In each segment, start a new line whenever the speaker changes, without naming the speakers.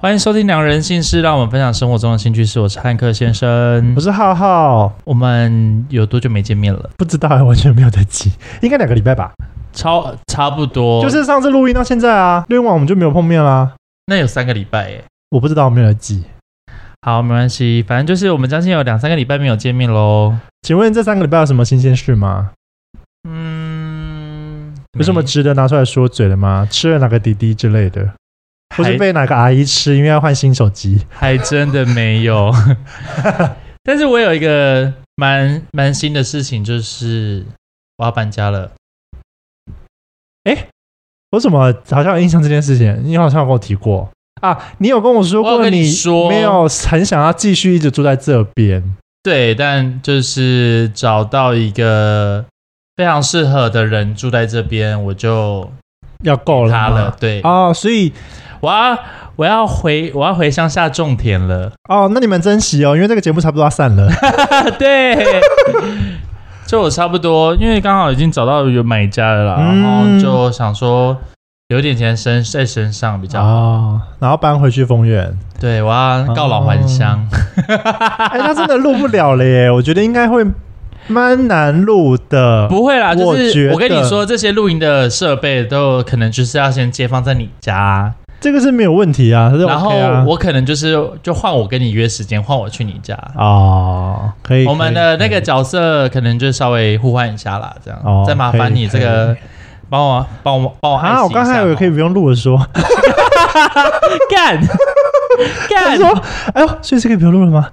欢迎收听《两人姓事》，让我们分享生活中的兴趣事。我是汉克先生
我，是浩浩，
我们有多久没见面了？
不知道 完全没有在记，应该两个礼拜吧，
超差不多，
就是上次录音到现在啊，录音完我们就没有碰面啦。
那有三个礼拜耶。
我不知道我没有在记，
好，没关系，反正就是我们将近有两三个礼拜没有见面喽。
请问这三个礼拜有什么新鲜事吗？
嗯，
有什么值得拿出来说嘴的吗？吃了哪个滴滴之类的，或是
还
被哪个阿姨吃，因为要换新手机？
还真的没 有。但是我有一个蛮蛮新的事情，就是我要搬家了。
我怎么好像有印象这件事情？你好像有跟我提过啊，你有跟我说
我有
过
跟你说
没有很想要继续一直住在这边，
对，但就是找到一个非常适合的人住在这边，我就
要够了
他
吗
了。对，
哦，所以
我要我要回我要回乡下种田了。
哦，那你们珍惜哦，因为这个节目差不多要散了。
啊，对， 就我差不多，因为刚好已经找到有买家了啦，然后
嗯
就想说留点钱身在身上比较好。
哦，然后搬回去 丰原，
对，我要告老还乡。
啊哎，他真的录不了了耶，我 觉得应该会蛮难录的。
不会啦，就
我觉
是
得
我跟你说，这些露营的设备都有可能就是要先接放在你家，
这个是没有问题啊，是 OK
然后
啊。
我可能就是就换我跟你约时间，换我去你家。
哦，可以，
我们的
可
那
以
个角色可能就稍微互换一下啦，这样。
哦
再麻烦你
可
这
以
个帮我帮我帮我爱
啊，
惜
我
一下
刚才有
哦
个可以不用录 的说，
干
他
干
说，哎呦，所以这个不用录了吗？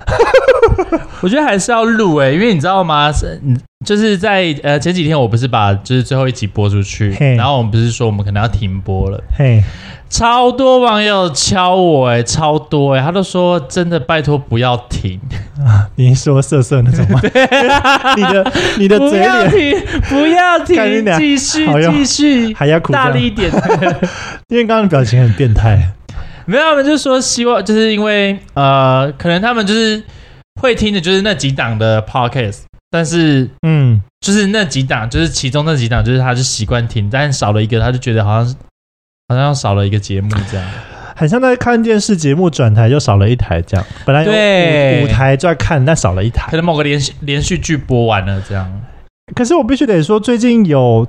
我觉得还是要录哎、因为你知道吗？是嗯就是在呃前几天，我不是把就是最后一集播出去，
嘿
然后我们不是说我们可能要停播了，
嘿，
超多网友敲我哎、超多哎、他都说真的拜托不要 停，
你说色色那 种吗？你的你的
不
嘴
要
脸
停，不要
干你
停，
俩
继续
好用
继续，
还要哭这
大
样，
力一 点。
因为刚刚的表情很变态。
没有，他们就说希望就是因为呃，可能他们就是会听的就是那几档的 podcast，但是
嗯，
就是那几档，就是其中那几档，就是他就习惯听，但少了一个，他就觉得好像是好像少了一个节目这样。
很像在看电视节目，转台就少了一台这样。本来
对
有五五台就在看，但少了一台
可。能某个连续连续剧播完了这样，
可是我必须得说，最近有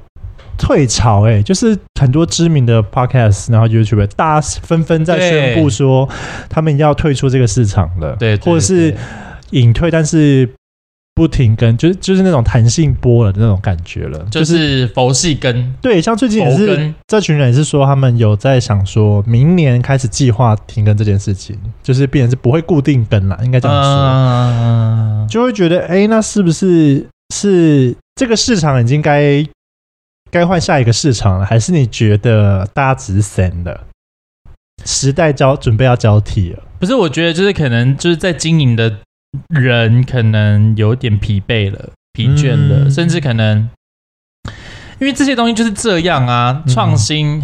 退潮、欸，就是很多知名的 podcast，然后 YouTube，大家纷纷在宣布说他们要退出这个市场了，
对，对
或者是
对
隐退，但是不停更，就是就是那种弹性播了的那种感觉了，
就。是佛系跟
对，像最近也
佛
是，
跟
这群人也是说他们有在想说，明年开始计划停更这件事情，就是变成是不会固定更啦，应该这样说。
嗯，
就会觉得，哎、那是不是是这个市场已经该该换下一个市场了？还是你觉得大家只是闲了，时代交准备要交替了？
不是，我觉得就是可能就是在经营的人可能有点疲惫了、疲倦了，
嗯
甚至可能因为这些东西就是这样啊，
嗯
创新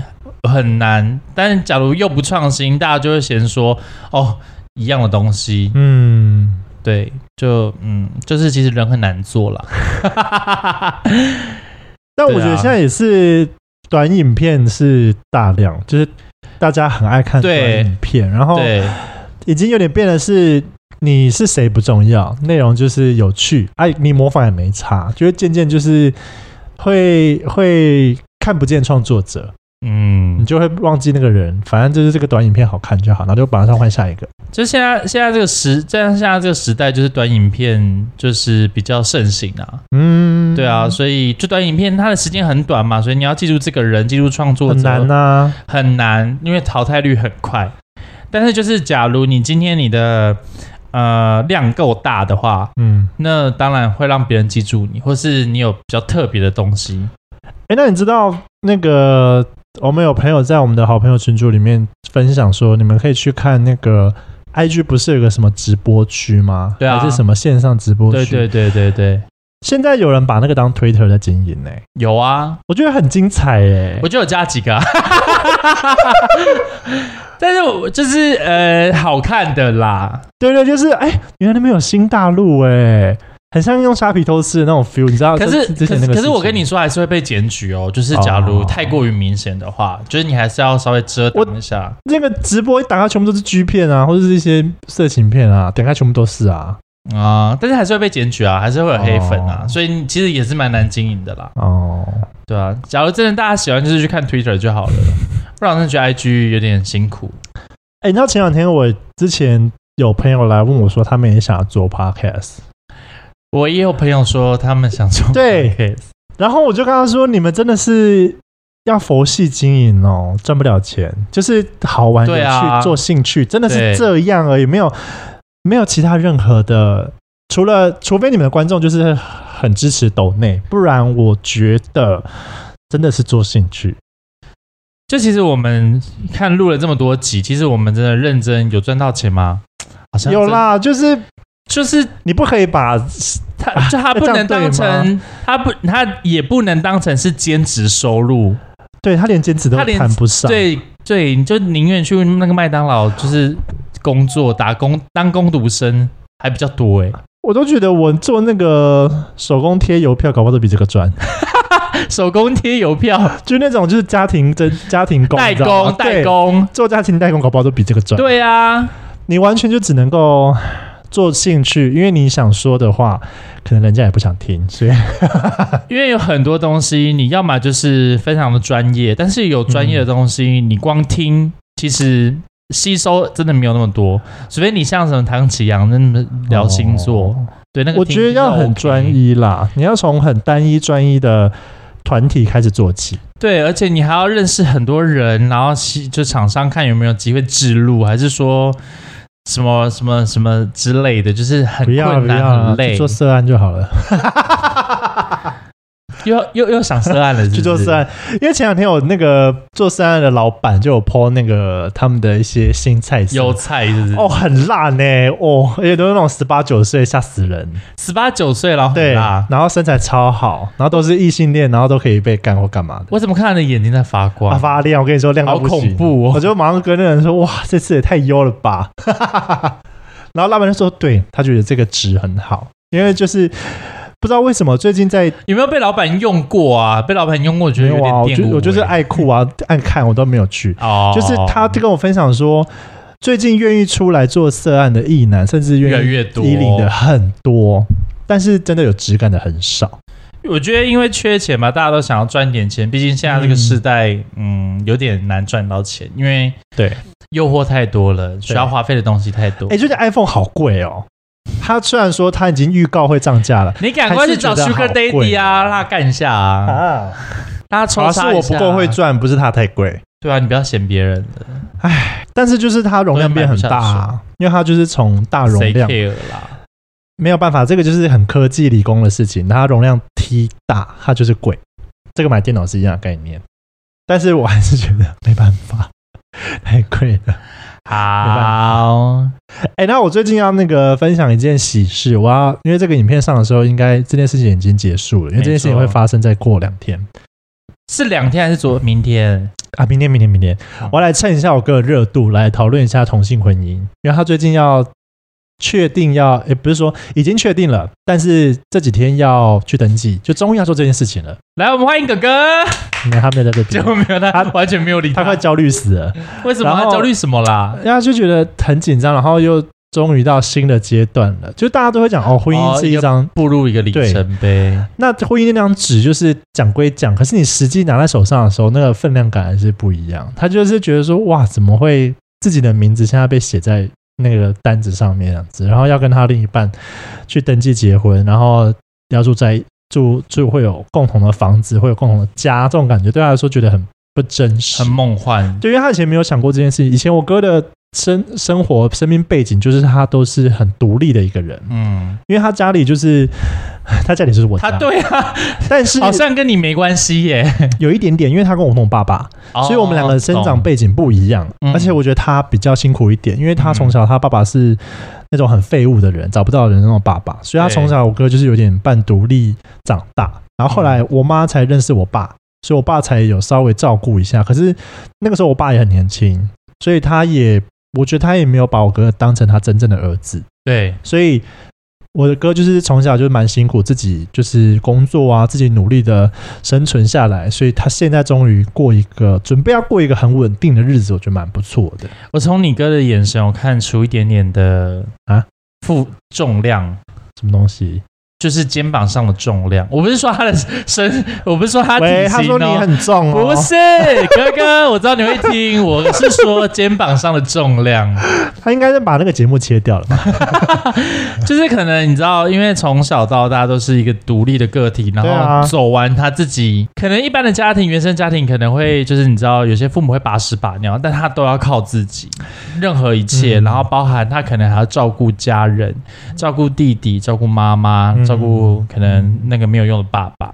很难。但是假如又不创新，大家就会嫌说哦一样的东西，
嗯，
对，就嗯，就是其实人很难做了。
但我
对啊
觉得现在也是短影片是大量，就是大家很爱看短
对
影片，然后
对，
已经有点变得是。你是谁不重要，内容就是有趣，哎、你模仿也没差，就会渐渐就是会会看不见创作者，你
嗯，
就会忘记那个人，反正就是这个短影片好看就好，然后就马上换下一个。
就现在现在这个时，在现在这个时代，就是短影片就是比较盛行啊。
嗯，
对啊，所以就短影片它的时间很短嘛，所以你要记住这个人，记住创作
很
者
难啊呐、
很难，因为淘汰率很快。但是就是假如你今天你的呃量够大的话，
嗯，
那当然会让别人记住你，或是你有比较特别的东西。
哎，那你知道那个我们有朋友在我们的好朋友群组里面分享说，你们可以去看那个 IG 不是有个什么直播区吗？
对啊
还是什么线上直播区？
对对，对对对，
现在有人把那个当 Twitter 在经营呢、
有啊，
我觉得很精彩哎、
我就有加几 个、啊。但是我就是呃，好看的啦，
对对，就是哎，原来那边有新大陆哎、很像用虾皮偷吃的那种 feel，你知道？
可是
哦之前那个
可是可是我
事情
跟你说还是会被检举哦，就是假如
哦
太过于明显的话，就是你还是要稍微遮挡一下。
那个直播一打开，全部都是 G 片啊，或者是一些色情片啊，点开全部都是啊。
啊、但是还是会被检举啊，还是会有黑粉啊，
哦
所以你其实也是蛮难经营的啦，
哦，
对啊。假如真的大家喜欢，就是去看 Twitter 就好了，不然我真的觉得 IG 有点辛苦。
哎、你知道前两天我之前有朋友来问我说，他们也想要做 podcast，
我也有朋友说他们想做
对
podcast
然后我就跟他说，你们真的是要佛系经营哦，赚不了钱，就是好玩有
对
趣、
啊
做兴趣，真的
对
是这样而已，没有没有其他任何的。除了除非你们的观众就是很支持抖内，不然我觉得真的是做兴趣。
就其实我们看录了这么多集，其实我们真的认真有赚到钱吗？好像
有
真，
啦，就是
就是
你不可以把
他就他不能当
这样对
成，他不他也不能当成是兼职收入，
对他连兼职都
他连
谈不上，
对对，你就宁愿去那个麦当劳就是工作打工当工读生还比较多哎、
我都觉得我做那个手工贴邮票，搞不好都比这个赚。
手工贴邮票
就那种就是家庭真家庭 工
代
你知道吗啊
工代
对
工，
做家庭代工，搞不好都比这个赚。
对啊，
你完全就只能够做兴趣，因为你想说的话，可能人家也不想听，所以
因为有很多东西你要么就是非常的专业，但是有专业的东西、你光听其实。吸收真的没有那么多，除非你像什么唐启阳那么聊星座，
哦
对那个
我
听
觉得
起来
要很
OK
专一啦，你要从很单一专一的团体开始做起。
对，而且你还要认识很多人，然后其就厂商看有没有机会置入，还是说什么什么什么之类的，就是很
不要
困
不要
难、
啦
很，累
去，做涉案就好了。
又要又又想涉案了是不是，
去做涉案，因为前两天我那个做涉案的老板就有 po 那个他们的一些新菜色，
有菜是不是？
哦，
哦，
很辣呢，哦，而且都是那种十八九岁，吓死人。
十八九岁然后很
对，
辣，
然后身材超好，然后都是异性恋，然后都可以被干或干嘛的。
我怎么看你的眼睛在发光？
啊发亮，我跟你说亮到
好
不行
恐怖
我
哦！
就马上跟那个人说：“哇，这次也太优了吧！” 然后老板就说：“对他觉得这个值很好，因为就是不知道为什么最近在
有没有被老板用过啊？被老板用过，我觉得
没有
点
啊，我
玷
就
污、欸
我就是爱酷啊，爱看我都没有去。
哦，
就是他就跟我分享说，最近愿意出来做涉案的异男，甚至愿意
越来越多
依领的很多，但是真的有质感的很少。
哦我觉得因为缺钱嘛，大家都想要赚点钱，毕竟现在这个时代，嗯有点难赚到钱，因为
对，
诱惑太多了，需要花费的东西太多。
哎、最近 iPhone 好贵哦。他虽然说他已经预告会涨价了
你赶快去找
还是觉得
Sugar
好贵
Daddy 啊，让他干一下啊，
啊，
大家抽
主要是
查一
我
下
不够会，赚，不是他太贵。
对啊，你不要嫌别人的，
但是就是它容量变很大、
我也买不下
啊，因为它就是从大容
谁
量
care 啦？
没有办法，这个就是很科技理工的事情，它容量 T 大，它就是贵。这个买电脑是一样的概念，但是我还是觉得没办法，太贵了。
好，
哎、那我最近要那个分享一件喜事，我要因为这个影片上的时候，应该这件事情已经结束了，因为这件事情
没错
会发生在过两天
是两天还是昨明天？
啊，明天、明天、明天
嗯，
我来蹭一下我哥的热度，来讨论一下同性婚姻，因为他最近要确定要，也、不是说已经确定了，但是这几天要去登记，就终于要做这件事情了。
来，我们欢迎哥哥，
你看他没有在这
结
边，
果没有他
他，
完全没有理
他快焦虑死了，
为什么
然
他
后
焦虑什么啦？
然后就觉得很紧张，然后又终于到新的阶段了。就大家都会讲哦，婚
哦
姻是
一
一
个
张，
步入一个里
对
程碑，
那婚姻那张纸就是讲归讲，可是你实际拿在手上的时候，那个分量感还是不一样。他就是觉得说，哇，怎么会自己的名字现在被写在那个单子上面这样子，然后要跟他另一半去登记结婚，然后要住在住住会有共同的房子，会有共同的家，这种感觉对他来说觉得很不真实，
很梦幻，
对，因为他以前没有想过这件事情。以前我哥的生生活、生命背景就是他都是很独立的一个人，
嗯。
因为他家里就是他家里就是我家，
他对啊，
但是
好像跟你没关系耶，
有一点点，因为他跟我跟我爸爸，所以我们两个生长
懂
背景不一样，
哦嗯
而且我觉得他比较辛苦一点，因为他从小他爸爸是那种很废物的人，找不到人的那种爸爸，所以他
对
从小我哥就是有点半独立长大，然后后来我妈才认识我爸，所以我爸才有稍微照顾一下，可是那个时候我爸也很年轻，所以他也我觉得他也没有把我哥当成他真正的儿子，
对，
所以我的歌就是从小就蛮辛苦，自己就是工作啊，自己努力的生存下来，所以他现在终于过一个准备要过一个很稳定的日子，我觉得蛮不错的。
我从你哥的眼神，我看出一点点的
啊
负重量，
什么东西？
就是肩膀上的重量。我不是说他的身， 我不是说他体
喂，
型、哦，
他说你很重哦，
不是哥哥，我知道你会听，我是说肩膀上的重量，
他应该是把那个节目切掉了 吧？
就是可能你知道，因为从小到大都是一个独立的个体，然
对啊
后走完他自己，可能一般的家庭原生家庭可能会就是你知道，有些父母会把屎把尿，但他都要靠自己，任何一切，
嗯
然后包含他可能还要照顾家人，照顾弟弟，照顾妈
嗯
妈，照顾可能那个没有用的爸爸。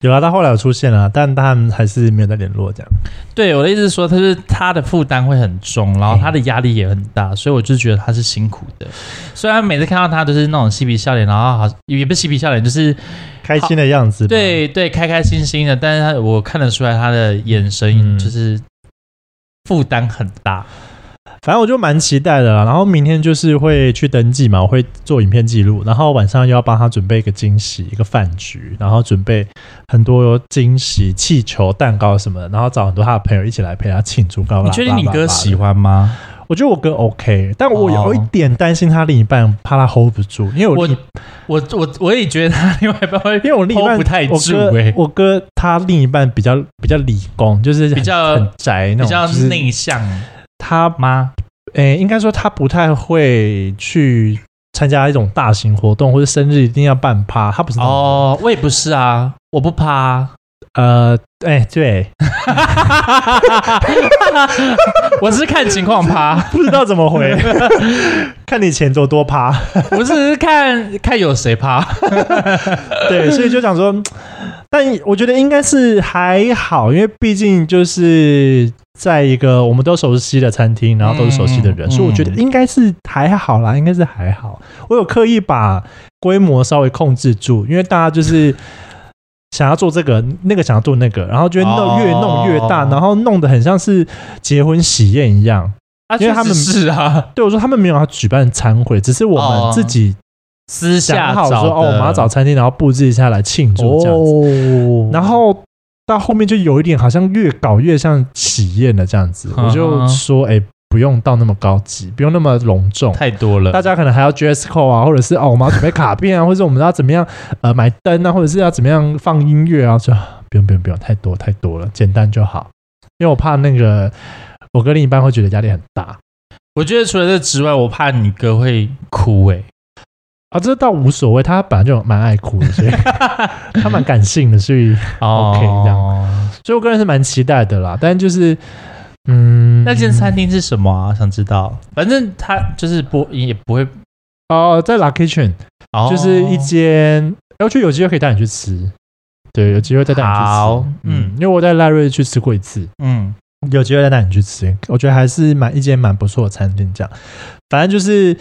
有啊，他后来有出现了，但他们还是没有再联络这样。
对我的意思是说，他是他的负担会很重，然后他的压力也很大，所以我就觉得他是辛苦的。虽然每次看到他都是那种嬉皮笑脸，然后好也不是嬉皮笑脸，就是
开心的样子，，
对对开开心心的，但是他我看得出来他的眼神
嗯
就是负担很大。
反正我就蛮期待的啦。然后明天就是会去登记嘛，我会做影片记录，然后晚上又要帮他准备一个惊喜，一个饭局，然后准备很多惊喜、气球、蛋糕什么的，然后找很多他的朋友一起来陪他庆祝。高
你确定你哥喜？欢吗？
我觉得我哥 OK，但我
哦
有一点担心他另一半，怕他 hold 不住，因为我
我
另
我我我也觉得他另外一半会
因为我另一
hold
半
不太
我
住
哥
哎、
我哥他另一半比较比较理工，就是很
比较
很宅那种，
比较
就是
内向
他
吗？
诶、应该说他不太会去参加一种大型活动，或者生日一定要办趴，他不是那种人
哦，我也不是啊，我不怕、啊。
呃，哎、对，
我是看情况 趴，
不知道怎么回，看你钱多多趴，
我只是看看有谁趴。
对，所以就想说，嗯但我觉得应该是还好，因为毕竟就是在一个我们都熟悉的餐厅，然后都是熟悉的人，
嗯
所以我觉得
嗯
应该是还好啦，应该是还好。我有刻意把规模稍微控制住，因为大家就是。 想要做这个，那个想要做那个，然后就会
哦
弄越弄越大，然后弄得很像是结婚喜宴一样。
啊
因为他们
确实是啊，
对我说，他们没有要举办餐会，只是我
哦
们自己
私下
想好说，
找的
哦，我们要找餐厅，然后布置一下来庆祝这样子。
哦
然后到后面就有一点好像越搞越像喜宴了这样子，
嗯
我就说，哎、不用到那么高级，不用那么隆重。
太多了，
大家可能还要 dress code 啊，或者是哦，我们要准备卡片啊，或者是我们要怎么样呃买灯啊，或者是要怎么样放音乐啊，就啊不用不用不用，太多太多了，简单就好。因为我怕那个我跟另一半会觉得压力很大
我觉得除了这之外，我怕你哥会哭哎、
啊，这倒无所谓，他本来就蛮爱哭的， 所以他蛮感性的，所以
哦
OK，这
样。
所以我个人是蛮期待的啦。但就是嗯，
那间餐厅是什么啊？想知道。反正他就是不也不会，
哦，在 La Kitchen，、
哦、
就是一间，哎我觉得有机会可以带你去吃。对，有机会再带你去
好
吃。嗯，因为我带赖瑞去吃过一次，
嗯
有机会再带你去吃。我觉得还是蛮一间蛮不错的餐厅，这样。反正就是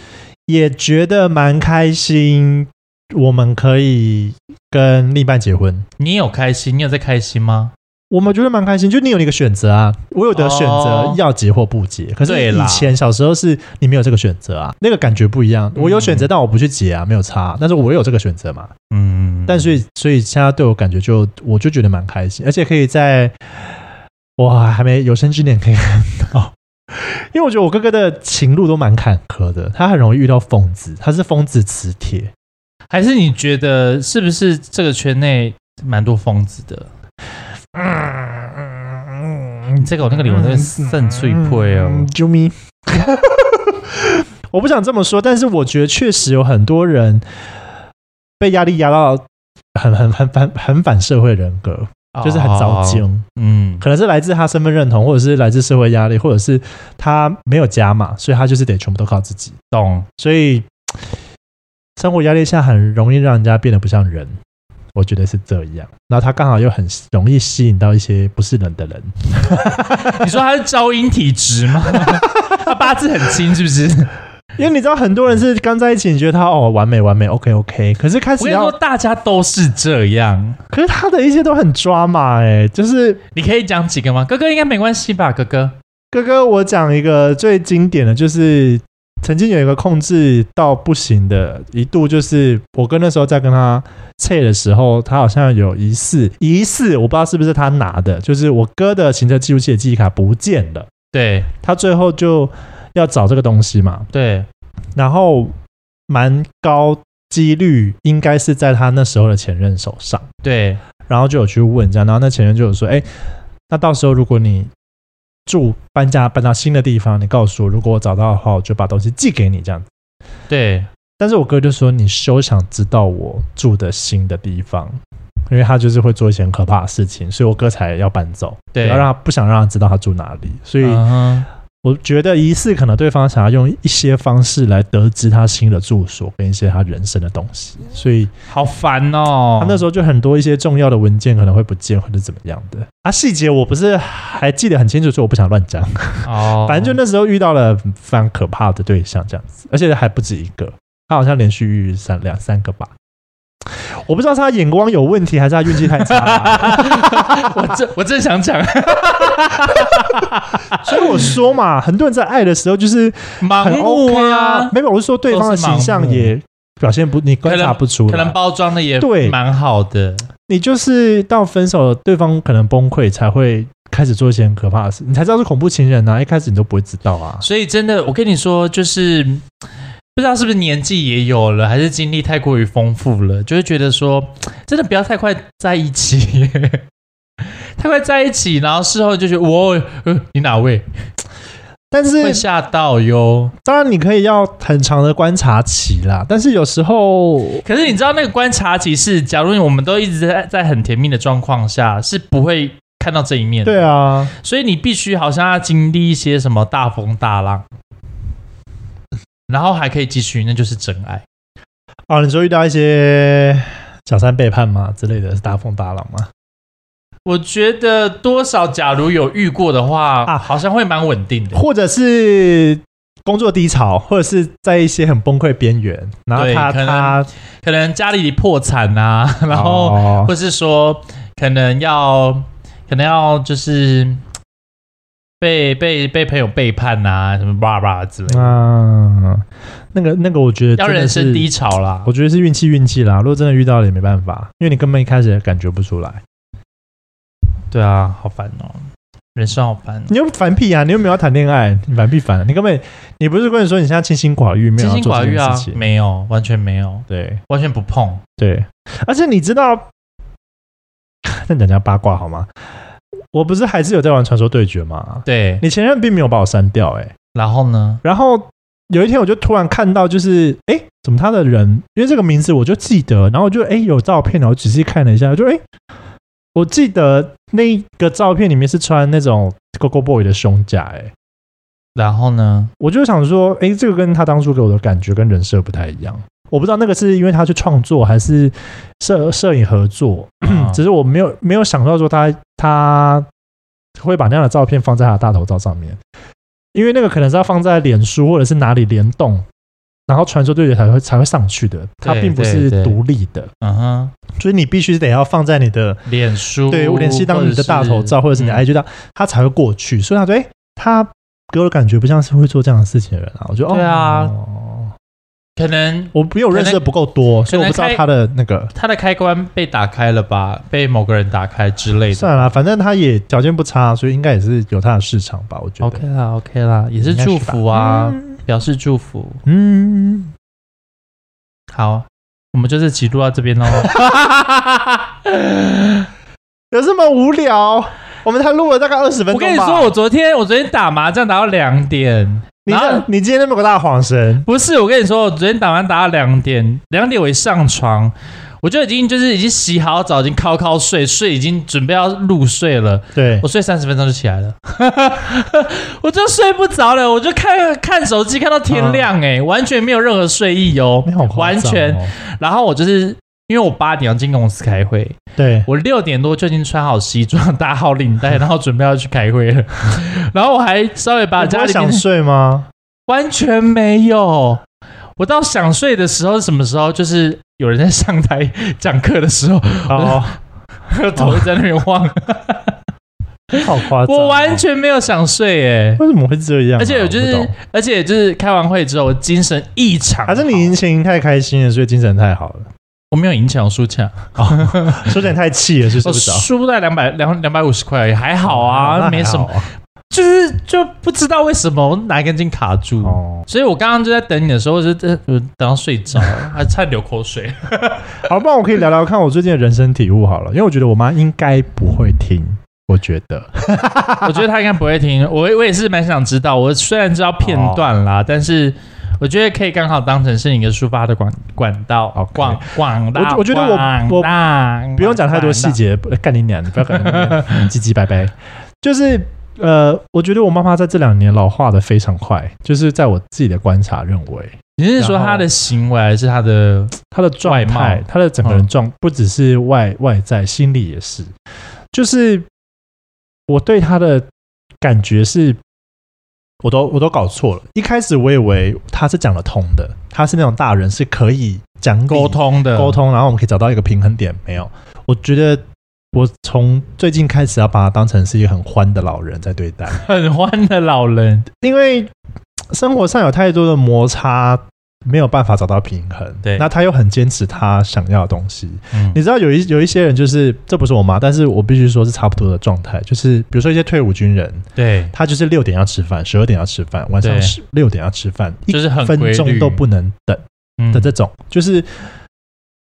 也觉得蛮开心，我们可以跟另一半结婚。
你有开心？你有在开心吗？
我们觉得蛮开心，就你有那个选择啊，我有的选择
哦
要结或不结，可是
对啦
以前小时候是你没有这个选择啊，那个感觉不一样。
嗯
我有选择，但我不去结啊，没有差、但是我有这个选择嘛，
嗯，
但所以所以现在对我感觉就我就觉得蛮开心，而且可以在我还没有生之年可以看到，因为我觉得我哥哥的情路都蛮坎坷的，他很容易遇到疯子，他是疯子磁铁，
还是你觉得是不是这个圈内蛮多疯子的？你这个我那个理论真的肾碎破哦
嗯！救命！我不想这么说，但是我觉得确实有很多人被压力压到很很很反很反社会人格，就是很糟
哦
精，
嗯，
可能是来自他身份认同，或者是来自社会压力，或者是他没有家嘛，所以他就是得全部都靠自己，
懂。
所以生活压力下很容易让人家变得不像人。我觉得是这样，然后他刚好又很容易吸引到一些不是人的人，
你说他是招阴体质吗？ 他八字很轻是不是？
因为你知道很多人是刚在一起，你觉得他哦完美完美，OK OK，可是开
我
始
跟你
要
说，，大家都是这样。
可是他的一切都很抓马哎，就是
你可以讲几个吗？哥哥应该没关系吧？哥哥，
哥哥，我讲一个最经典的就是曾经有一个控制到不行的，一度就是我跟那时候在跟他切的时候，他好像有疑似疑似，我不知道是不是他拿的，就是我哥的行车记录器的记忆卡不见了，
对
他最后就要找这个东西嘛，
对，
然后蛮高几率应该是在他那时候的前任手上，
对，
然后就有去问这样，然后那前任就有说，哎，那到时候如果你住搬家搬到新的地方，你告诉我，如果我找到的话，我就把东西寄给你这样子。
对，
但是我哥就说，你休想知道我住的新的地方，因为他就是会做一些很可怕的事情，所以我哥才要搬走，
对，
要让他不想让他知道他住哪里，所以。
嗯哼
我觉得疑似可能对方想要用一些方式来得知他新的住所跟一些他人生的东西，所以
好烦哦。
他那时候就很多一些重要的文件可能会不见或者怎么样的。啊，细节我不是还记得很清楚，所以我不想乱讲。
候哦，
反正就那时候遇到了非常可怕的对象这样子，而且还不止一个，他好像连续遇三两三个吧。我不知道是他眼光有问题，还是他运气太差、啊
我正啊我正想讲，
所以我说嘛，很多人在爱的时候就是很
盲目
OK
啊
啊，，没有，我是说对方的形象也表现不，你观察不出
可能
来，
包装的也
对
蛮好的，
你就是到分手，对方可能崩溃才会开始做一些很可怕的事，你才知道是恐怖情人啊，一开始你都不会知道啊。
所以真的，我跟你说，就是不知道是不是年纪也有了，还是经历太过于丰富了，就会觉得说，真的不要太快在一起， 太快在一起，然后事后就觉得我、呃你哪位
但
会
是
吓到哟。
当然你可以要很长的观察期啦，但是有时候
可是你知道那个观察期是，假如我们都一直在在很甜蜜的状况下，是不会看到这一面的。
对啊，
所以你必须好像要经历一些什么大风大浪，然后还可以继续，那就是真爱。
啊，你说遇到一些小三背叛嘛之类的，是大风大浪嘛。
我觉得多少，假如有遇过的话，
啊
好像会蛮稳定的。
或者是工作低潮，或者是在一些很崩溃边缘，然后
对
他
可能
他
可能家里破产啊，然后、
哦
或是说可能要可能要就是被被被朋友背叛啊，什么叭叭之类的，
啊，那个那个，我觉得
要
真的
人生
是
低潮啦。
我觉得是运气运气啦。如果真的遇到了也没办法，因为你根本一开始也感觉不出来。
对啊，好烦哦，人生好烦、哦。
你又烦屁啊！你又没有要谈恋爱，你烦屁烦、你根本你不是跟你说你现在清心寡欲，没
清
有要
心
做
寡
这
欲
件
啊
事，情。
没有，完全没有，
对
完全不碰。
对，而且你知道，那讲讲八卦好吗？我不是还是有在玩传说对决吗？
对，
你前任并没有把我删掉、欸，
然后呢？
然后有一天我就突然看到，就是哎，诶怎么他的人，因为这个名字我就记得，然后我就哎有照片，然后仔细看了一下，我就哎，诶我记得那个照片里面是穿那种 Gogo Boy 的胸甲，哎，
然后呢？
我就想说，哎，这个跟他当初给我的感觉跟人设不太一样。我不知道那个是因为他去创作还是摄摄影合作，
啊
只是我没有没有想到说他他会把那样的照片放在他的大头照上面，因为那个可能是要放在脸书或者是哪里联动，然后传说对决才会才会上去的，它
对
并不
对
是
对
独立的，
嗯哼，
所以你必须得要放在你的
脸书
对脸系当你的大头照或者是你的
嗯
IG 照，它才会过去。所以他说，哎，他给我的感觉不像是会做这样的事情的人啊，我觉得哦，
对啊可能
我没有认识的不够多，所以我不知道他的那个。
它的开关被打开了吧，被某个人打开之类的。
算了啦，反正他也条件不差，所以应该也是有他的市场吧，我觉得。
OK 啦，OK 啦，也是祝福啊，表示祝福。
嗯，
好，我们就这集录到这边 喽。
嗯 有这么无聊？我们才录了大概二十分钟
我跟你
吧
说，我昨天我昨天打麻将打到两点，
你
然后
这你今天那么个大谎神，
不是，我跟你说，我昨天打完打到两点，两点我一上床，我就已经就是已经洗好澡，已经靠靠睡，睡已经准备要入睡了。
对
我睡三十分钟就起来了， 我就睡不着了，我就看看手机看到天亮、欸，哎、完全没有任何睡意哦
嗯你好，夸
完
张哦
全。然后我就是。因为我八点要进公司开会，
对，
我六点多就已经穿好西装、打好领 带，然后准备要去开会了。然后我还稍微把
你不
家
会
里面
想睡吗？
完全没有。我到想睡的时候是什么时候？就是有人在上 台讲课的时候，
哦，
头在那边晃。
好夸张哦、
我完全没有想睡哎、
为什么会这样啊、
而且我就
不
是
懂，
而且就是开完会之后，我精神异常好，
还是你赢钱太开心了，所以精神太好 了，
我没有赢钱，我输钱，
说点太气了，是睡
我
不着。
输在两百两两百五十块而已，还哦好
那
啊，
还
没什么，
好啊
就是就不知道为什么我哪根筋卡住。
哦，
所以我刚刚就在等你的时候，我就呃我等到睡着了，还差点流口水。
好，不然我可以聊聊看我最近的人生体悟好了，因为我觉得我妈应该不会听，我觉得
我觉得他应该不会听，我我也是蛮想知道。我虽然知道片段啦，
哦
但是我觉得可以刚好当成是你一个抒发的管管道
OK
广广大。
我我觉得我我
我
不用讲太多细，节，呃干你娘，你不要干你娘， 唧唧拜拜。就是呃，我觉得我妈妈在这两年老化的非常快，就是在我自己的观察认为，
你是说他的行为还是他的？
他的状
外
态
貌，嗯
他的整个人状，不只是外外在，心理也是。就是我对他的感觉是，我都我都搞错了。一开始我以为他是讲得通的，他是那种大人是可以讲理
沟通的
沟，通，然 后我们可以找到一个平衡点。没有，我觉得我从最近开始要把他当成是一个很欢的老人在对待。
很欢的老人，
因为生活上有太多的摩擦，没有办法找到平衡。
对
那他又很坚持他想要的东西。
嗯
你知道有一有一些人就是，这不是我妈，但是我必须说是差不多的状态。就是比如说一些退伍军人，
对，
他就是六点要吃饭，十二点要吃饭，晚上
对
十六点要吃饭，一
就是很嗯
分钟都不能等
能
的这种，就是。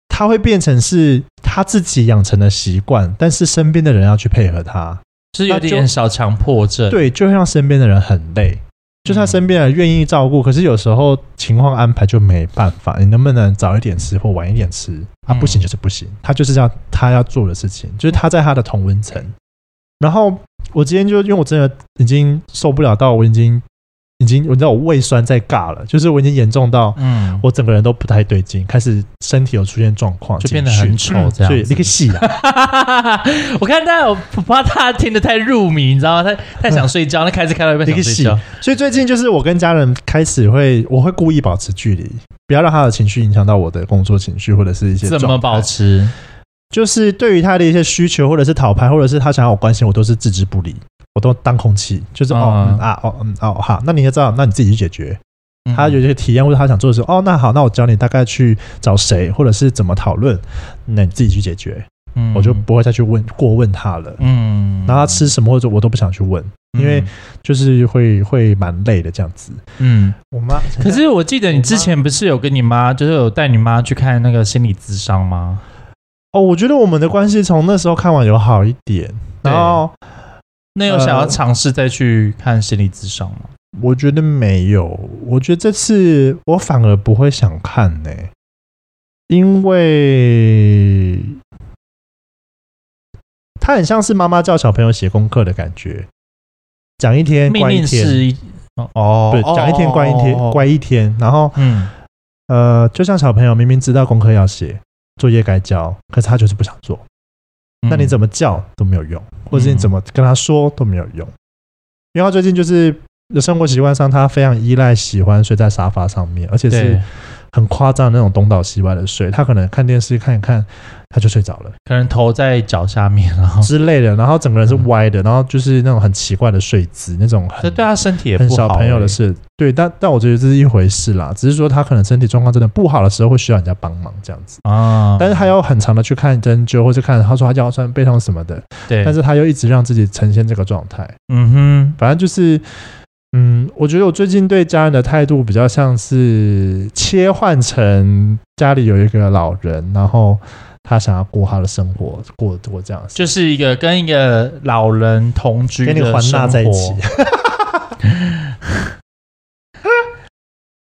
他会变成是他自己养成的习惯，但是身边的人要去配合他。
是有点小强迫症。
对，就会让身边的人很累。就是他身边的人愿意照顾，可是有时候情况安排就没办法。你能不能早一点吃或晚一点吃？啊，
嗯
不行就是不行，他就是要他要做的事情，就是他在他的同温层。然后我今天就因为我真的已经受不了，到我已经已经我知道我胃酸在尬了，就是我已经严重到
嗯，
我整个人都不太对劲，开始身体有出现状况，
就变得
情绪
很丑这样
对，
子
那个戏啊，
我看大家，我怕大家听得太入迷，你知道吗？太太想睡觉，那开始开到一半
那
想
个
睡
戏
觉。。
所以最近就是我跟家人开始会，我会故意保持距离，不要让他的情绪影响到我的工作情绪或者是一些
怎么
状态
保？持？
就是对于他的一些需求或者是讨拍，或者是他想要我关心，我都是置之不理，我都当空气，就是哦
嗯
嗯啊哦嗯哦好，那你也知道，那你自己去解决。
嗯
他有些体验或者他想做的时候，哦那好，那我教你大概去找谁，或者是怎么讨论，那你自己去解决，
嗯
我就不会再去问过问他了。
嗯
然后他吃什么或者我都不想去问，因为就是会会蛮累的这样子。
嗯，
我妈
可是我记得你之前不是有跟你妈，就是有带你妈去看那个心理咨商吗？
哦，我觉得我们的关系从那时候看完有好一点，
对
然后
那有想要
呃
尝试再去看心理咨商吗？
我觉得没有，我觉得这次我反而不会想看呢、因为他很像是妈妈叫小朋友写功课的感觉，讲一天
命
关一
令
天，
是一哦
对，讲一天关一天，
哦哦哦
关一天，然后
嗯，
呃，就像小朋友明明知道功课要写，作业该交，可是他就是不想做。那你
么
怎么叫都没有用，或
嗯
者是你怎么跟他说都没有用，因为他最近就是生活习惯上，他非常依赖喜欢睡在沙发上面，而且是
对？
很夸张的那种东倒西歪的睡，他可能看电视看一看他就睡着了
可能头在脚下面，然后
之类的，然后整个人是歪的，然后就是那种很奇怪的睡姿，那种
嗯这
很
对他身体也
很
不好。
小朋友
欸，
的事，对，但但我觉得这是一回事啦，只是说他可能身体状况真的不好的时候会需要人家帮忙这样子，
啊，
但是他要很长的去看针灸或者看他说他腰酸背痛什么的，
对，
但是他又一直让自己呈现这个状态。
嗯哼，
反正就是，嗯，我觉得我最近对家人的态度比较像是切换成家里有一个老人，然后他想要过他的生活，过过这样子，
就是一个跟一个老人同居，
跟那个环纳在一起。。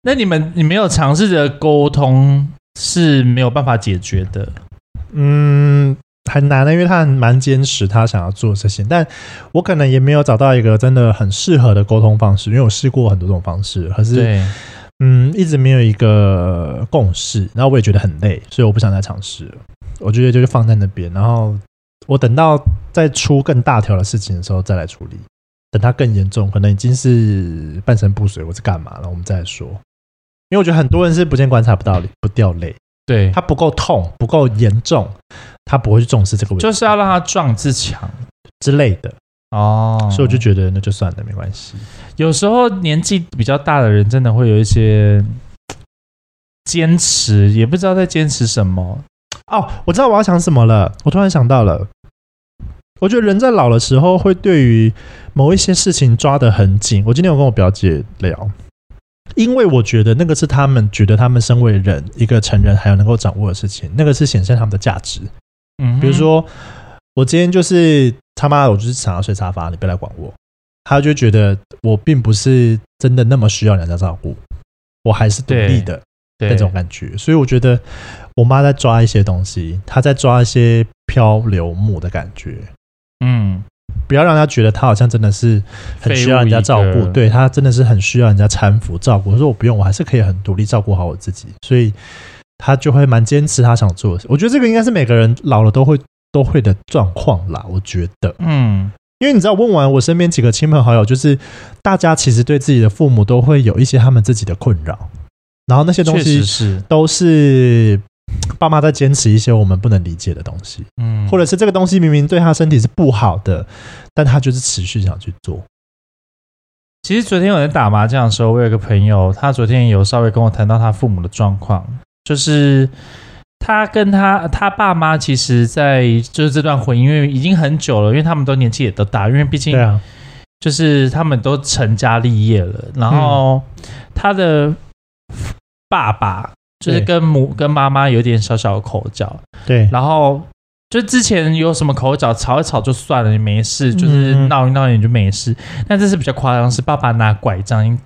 那你们你没有尝试着沟通是没有办法解决的，
嗯，很难的，因为他很蛮坚持他想要做的事情，但我可能也没有找到一个真的很适合的沟通方式，因为我试过很多种方式，可是
对，
嗯，一直没有一个共识，然后我也觉得很累，所以我不想再尝试了。我觉得就是放在那边，然后我等到再出更大条的事情的时候再来处理。等它更严重，可能已经是半身不遂或是干嘛了，我们再来说。因为我觉得很多人是不见棺材不掉泪，不掉泪，
对，
他不够痛，不够严重，他不会去重视这个问题
就是要让他撞自强。
之类的。
哦，
所以我就觉得那就算了，没关系。
有时候年纪比较大的人真的会有一些坚持，也不知道在坚持什么。
哦，我知道我要想什么了，我突然想到了，我觉得人在老的时候会对于某一些事情抓得很紧。我今天有跟我表姐聊，因为我觉得那个是他们觉得他们身为人一个成人还有能够掌握的事情，那个是显现他们的价值。
嗯哼，
比如说，我今天就是他妈的，我就是想要睡沙发，你别来管我。他就觉得我并不是真的那么需要人家照顾，我还是独立的。
对
那种感觉。所以我觉得我妈在抓一些东西，她在抓一些漂流木的感觉，
嗯，
不要让她觉得她好像真的是很需要人家照
废物一
顾，
个
对她真的是很需要人家搀扶照顾。我说我不用，我还是可以很独立照顾好我自己，所以她就会蛮坚持她想做的事。我觉得这个应该是每个人老了都会都会的状况啦，我觉得。
嗯，
因为你知道，问完我身边几个亲朋好友，就是大家其实对自己的父母都会有一些他们自己的困扰，然后那些东
确
西
实是，
都是嗯爸妈在坚持一些我们不能理解的东西，
嗯，
或者是这个东西明明对他身体是不好的，但他就是持续想去做。
其实昨天我在打麻将的时候，我有一个朋友，他昨天有稍微跟我谈到他父母的状况，就是他跟他他爸妈其实，在就是这段婚姻，因为已经很久了，因为他们都年纪也都大，因为毕竟
对啊，
就是他们都成家立业了，然后他的爸爸就是
对
跟母跟妈妈有点小小的口角，
对，
然后就之前有什么口角吵一吵就算了，你没事，就是
嗯
闹一闹你就没事。但这次比较夸张，是爸爸拿拐杖已经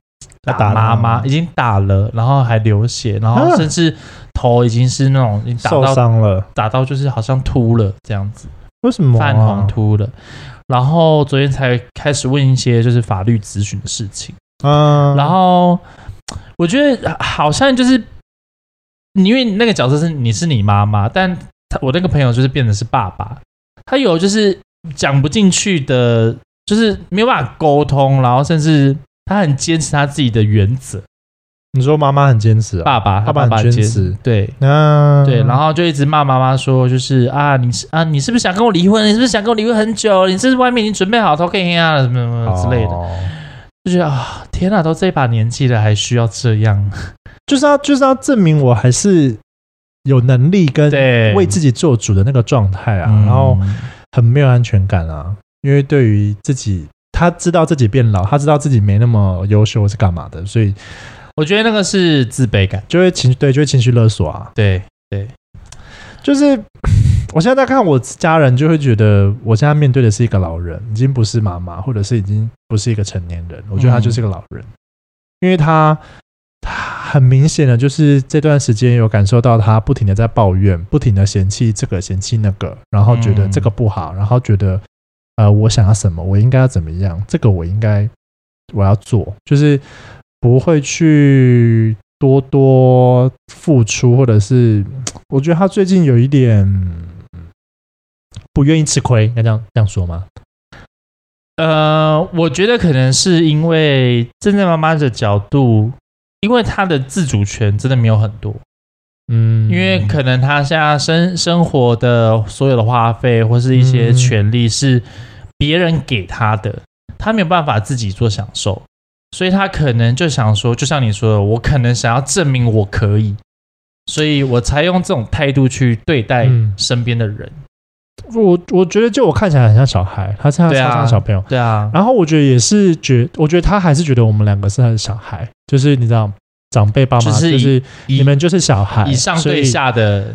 打
打
妈妈，
了
已经打了，然后还流血，然后
啊
甚至头已经是那种已经打
受
到
伤了，
打到就是好像秃了这样子，
为什么、啊？
泛黄秃了。然后昨天才开始问一些就是法律咨询的事情。
嗯，
然后我觉得好像就是，因为那个角色是你是你妈妈，但他我那个朋友就是变成是爸爸，他有就是讲不进去的，就是没有办法沟通，然后甚至他很坚持他自己的原则。
你说妈妈很坚持、啊，
爸爸，他
爸爸
爸
很
爸
坚
坚
持
对。
那
对，然后就一直骂妈妈说，就是啊，你是啊，你是不是想跟我离婚？你是不是想跟我离婚很久？你是不是外面已经准备好偷看啊了什么什么之类的？
哦
就觉得啊，天哪，都这把年纪了，还需要这样？
就是要就是要证明我还是有能力跟
对，
为自己做主的那个状态啊，
嗯
然后。很没有安全感啊，因为对于自己，他知道自己变老，他知道自己没那么优秀是干嘛的，所以
我觉得那个是自卑感。
就会情对就会情绪勒索啊。
对，
就是我现在在看我家人，就会觉得我现在面对的是一个老人，已经不是妈妈，或者是已经不是一个成年人，我觉得他就是一个老人，因为他。他很明显的就是这段时间有感受到他不停的在抱怨，不停的嫌弃这个嫌弃那个，然后觉得
嗯
这个不好，然后觉得呃，我想要什么，我应该要怎么样，这个我应该我要做，就是不会去多多付出，或者是我觉得他最近有一点不愿意吃亏，应该这样这样说吗？
呃，我觉得可能是因为站在妈妈的角度，因为她的自主权真的没有很多，
嗯，
因为可能她现在生生活的所有的花费或是一些
嗯
权利是别人给她的，她没有办法自己做享受，所以她可能就想说，就像你说的，我可能想要证明我可以，所以我才用这种态度去对待
嗯
身边的人。
我我觉得就我看起来很像小孩，他像
对
超
啊
像小朋友，
对啊，
然后我觉得也是觉，我觉得他还是觉得我们两个是他的小孩，就是你知道长辈爸妈
就是
就
以
是
以
你们就是小孩，
以上对
所以
下的。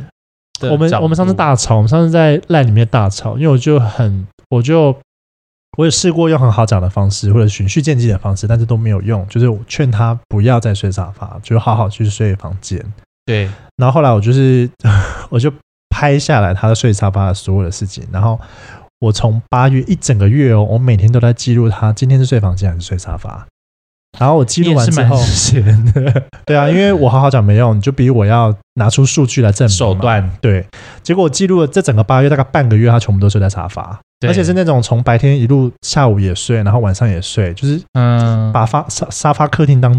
的
我们
角度
我们上次大吵，我们上次在赖里面大吵，因为我就很，我就我也试过用很好讲的方式，或者循序渐进的方式，但是都没有用。就是我劝他不要再睡沙发，就好好去睡房间。
对，
然后后来我就是 我就拍下来他睡沙发的所有的事情，然后我从八月一整个月哦，我每天都在记录他今天是睡房间还是睡沙发。然后我记录完之 后
你也，是蛮闲的
对啊，因为我好好讲没用，你就比我要拿出数据 来证明嘛
手段，
对，结果我记录了这整个八月大概半个月，他全部都睡在沙发，
对
而且是那种从白天一路下午也睡，然后晚上也睡，就是
嗯，
把发沙沙发客厅当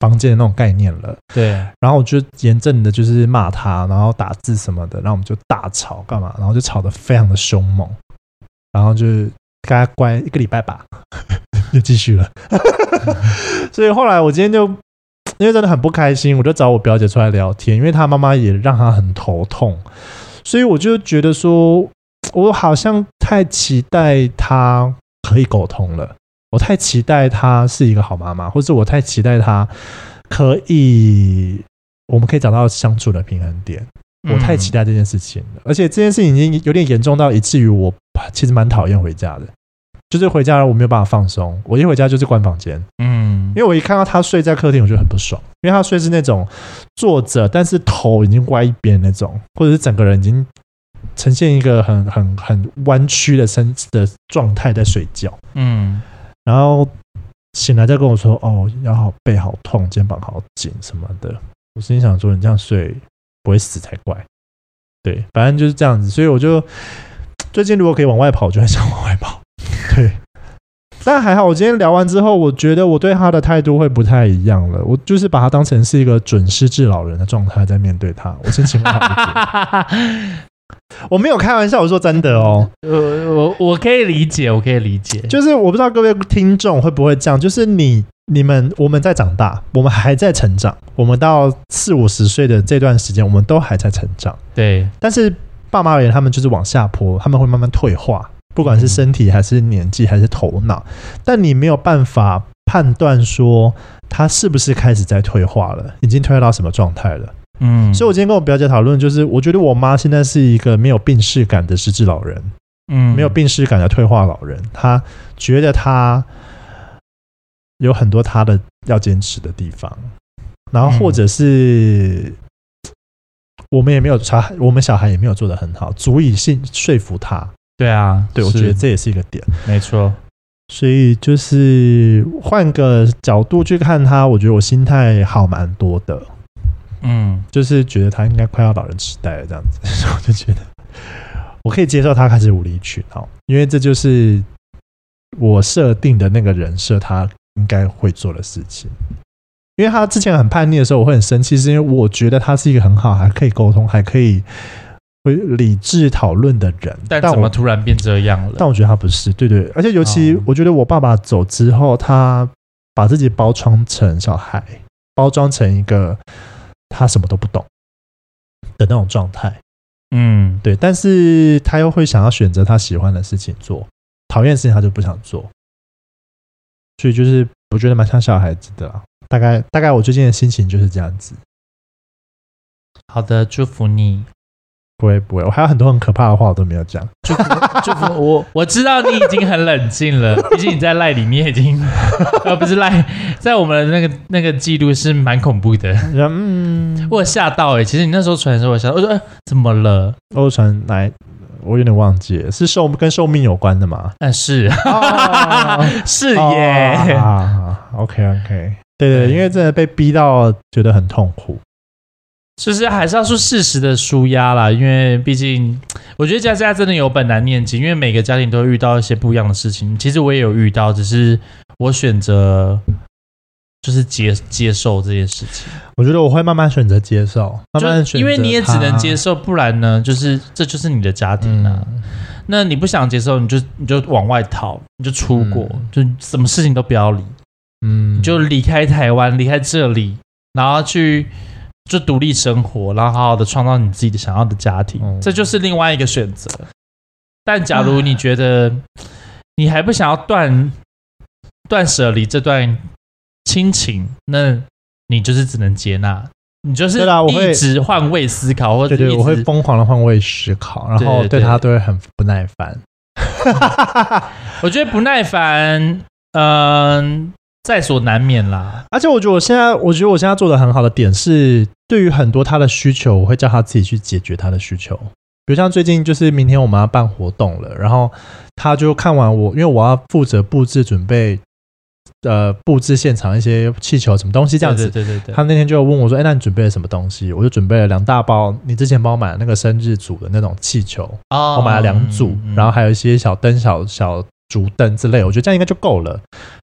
房间的那种概念了。
对，
然后我就严正的就是骂他，然后打字什么的，然后我们就大吵干嘛，然后就吵得非常的凶猛，然后就是给他关一个礼拜吧， 就继续了。 所以后来我今天就因为真的很不开心，我就找我表姐出来聊天，因为她妈妈也让她很头痛，所以我就觉得说，我好像太期待她可以沟通了，我太期待她是一个好妈妈，或者我太期待她可以，我们可以找到相处的平衡点。
嗯
我太期待这件事情了，而且这件事情已经有点严重到以至于我其实蛮讨厌回家的，就是回家我没有办法放松，我一回家就是关房间，
嗯，
因为我一看到他睡在客厅，我就很不爽，因为他睡是那种坐着，但是头已经歪一边那种，或者是整个人已经呈现一个很很很弯曲的身的状态在睡觉，
嗯
然后醒来再跟我说哦，腰好背好痛，肩膀好紧什么的，我心想说你这样睡不会死才怪，对，反正就是这样子，所以我就最近如果可以往外跑，我就很想往外跑， 对。但还好，我今天聊完之后，我觉得我对他的态度会不太一样了。我就是把他当成是一个准失智老人的状态在面对他，我心情会好一 点。我没有开玩笑，我说真的哦。
我呃我我可以理解，我可以理解，
就是我不知道各位听众会不会这样，就是你、你们、我们在长大，我们还在成长，我们到四五十岁的这段时间，我们都还在成长。
对，
但是爸妈而言，他们就是往下坡，他们会慢慢退化，不管是身体还是年纪还是头脑，但你没有办法判断说他是不是开始在退化了，已经退化到什么状态了。
嗯，
所以我今天跟我表姐讨论，就是我觉得我妈现在是一个没有病逝感的失智老人。
嗯
没有病逝感的退化老人，他觉得他有很多他的要坚持的地方，然后或者是、我们也没有查，我们小孩也没有做得很好，足以信说服他。
对啊，
对，我
是
觉得这也是一个点。
没错，
所以就是换个角度去看他，我觉得我心态好蛮多的，
嗯
就是觉得他应该快要老人痴呆了这样子， 所以我就觉得我可以接受他开始无理取闹，因为这就是我设定的那个人设，他应该会做的事情。因为他之前很叛逆的时候，我会很生气，是因为我觉得他是一个很好，还可以沟通，还可以会理智讨论的人。
但
我
怎么突然变这样了？
但我觉得他不是，对对，而且尤其
哦
我觉得我爸爸走之后，他把自己包装成小孩，包装成一个他什么都不懂的那种状态，
嗯，
对，但是他又会想要选择他喜欢的事情做，讨厌的事情他就不想做，所以就是我觉得蛮像小孩子的啦。啊大概大概我最近的心情就是这样子，
好的，祝福你，
不会不会，我还有很多很可怕的话我都没有 讲，
祝福祝福 我，我知道你已经很冷静了， 毕竟你在赖里面已经， 呃，不是赖，在我们的那个那个记录是蛮恐怖的，
嗯，
我有吓到哎、欸，其实你那时候传的时候我吓到，我说、呃、怎么了？
欧传来，我有点忘记了，是寿跟寿命有关的吗？
但呃是 是
哦
耶，
啊，OK OK，对对，对因为真的被逼到觉得很痛苦。
就是还是要说事实的舒压啦，因为毕竟我觉得家家真的有本难念经，因为每个家庭都会遇到一些不一样的事情。其实我也有遇到，只是我选择就是接接受这件事情，
我觉得我会慢慢选择接受，慢慢
就
选择它，
因为你也只能接受，不然呢，就是这就是你的家庭啊。
嗯
那你不想接受，你就你就往外逃，你就出国，就什么事情都不要理，
嗯，
你就离开台湾，离开这里，然后去就独立生活，然后好好的创造你自己的想要的家庭，
嗯
这就是另外一个选择。但假如你觉得你还不想要断断舍离这段亲情，那你就是只能接纳，你就是
对啦我会
一直换位思考，或者
对
一
对，
直
我会疯狂的换位思考，然后
对对
对他都会很不耐烦。
我觉得不耐烦，嗯、在所难免啦。
而且我觉得我现在，我觉得我现在做的很好的点是，对于很多他的需求，我会叫他自己去解决他的需求。比如像最近就是明天我们要办活动了，然后他就看完我，因为我要负责布置准备，呃，布置现场一些气球什么东西这样子。
对对对对
他
对，
那天就问我说：“哎、那你准备了什么东西？”我就准备了两大包，你之前帮我买的那个生日组的那种气球，
哦
我买了两组，
嗯
然后还有一些小灯、小小竹灯之类，我觉得这样应该就够了，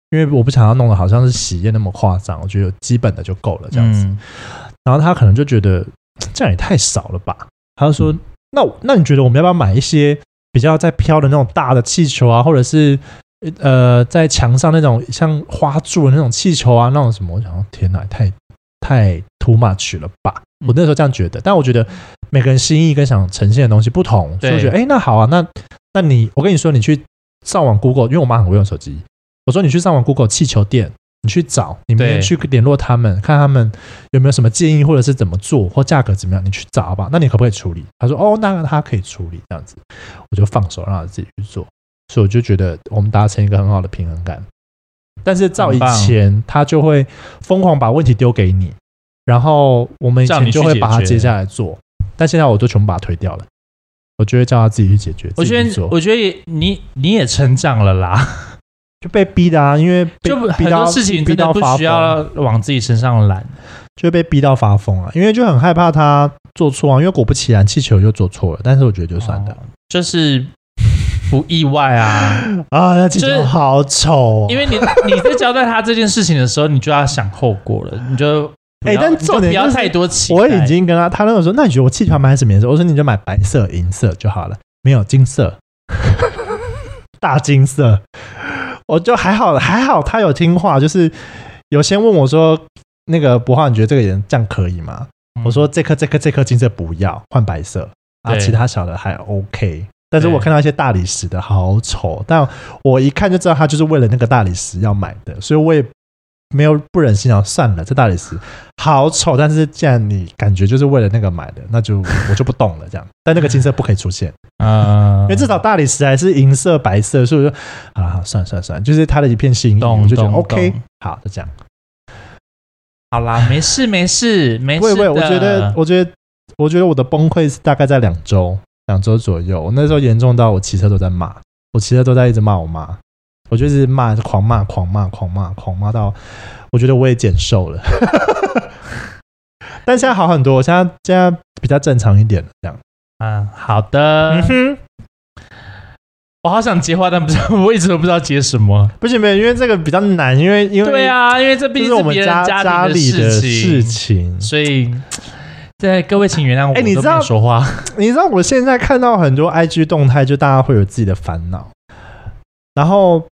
因为我不想要弄得好像是喜宴那么夸张，我觉得有基本的就够了这样子。
嗯
然后他可能
嗯
就觉得这样也太少了吧，他就说：“那那你觉得我们要不要买一些比较在飘的那种大的气球啊，或者是呃在墙上那种像花柱的那种气球啊，那种什么，我想说天哪，太太 too much 了吧？
嗯
我那时候这样觉得，但我觉得每个人心意跟想呈现的东西不同，所
对
以我觉得哎、诶那好啊，那那你我跟你说，你去上网 Google，因为我妈很会用手机，我说你去上网 Google 气球店，你去找，你明天
对
去联络他们，看他们有没有什么建议，或者是怎么做，或价格怎么样，你去找好不好？那你可不可以处理？他说哦，那他可以处理，这样子，我就放手让他自己去做，所以我就觉得我们达成一个很好的平衡感。但是照
很
以
棒
前，他就会疯狂把问题丢给你，然后我们以
叫
前
你
就
去
会
解
把它
决
接下来做，但现在我就全部把它推掉了，我就会叫他自己去解决。
我
自己
觉
去
得
做
我觉得也你你也成长了 啦，
就被逼的啊，因为被
就很
逼到
多事情
逼
真的
到
不
发
需
疯，
要往自己身上揽。
就被逼到发疯啊，因为就很害怕他做错啊，因为果不其然气球又做错了，但是我觉得就算了、
哦就是不意外 啊，
啊，那气
就是
球好丑、哦，
因为你你在交代他这件事情的时候，你就要想后果了，你就不
哎
要
但
你就
重点
不要
就是
太多期待。
我已经跟他，他那个说，那你觉得我气球买什么颜色？我说你就买白色、银色就好了，没有金色， 大金色。我就还好，还好他有听话，就是有先问我说，那个博浩，你觉得这个颜这样可以吗？
嗯
我说这颗、这颗、这颗金色不要，换白色啊，
对
其他小的还 OK。但是
对
我看到一些大理石的好丑，但我一看就知道他就是为了那个大理石要买的，所以我也没有不忍心想算了，这大理石好丑，但是既然你感觉就是为了那个买的，那就我就不动了这样。但那个金色不可以出现，
嗯，
因为至少大理石还是银色、白色，所以我就啊，好算了算了算了，就是它的一片心意，
懂
我就觉得
懂
OK，
懂
好，就这样。
好啦，没事没事没事
喂
哎的。
喂，我觉得，我觉得，我觉得我的崩溃是大概在两周，两周左右。我那时候严重到我骑车都在骂，我骑车都在一直骂我妈，我就是骂，狂骂，狂骂，狂骂，狂骂到我觉得我也减瘦了。 但现在好很多，我现在现在比较正常一点了，这样。
嗯，好的。
哼，
我好想接话，但不知道， 我一直都不知道接什么。
不行不行，因为这个比较难，因为因为
对，啊，因为这毕
这
竟
是我们
别人
家
家
里
的
的
事
事
情，
情，
所以，在各位请原谅我，
哎你
我都
知道
没说话。
你知道我现在看到很多 IG 动态，就大家会有自己的烦恼，然后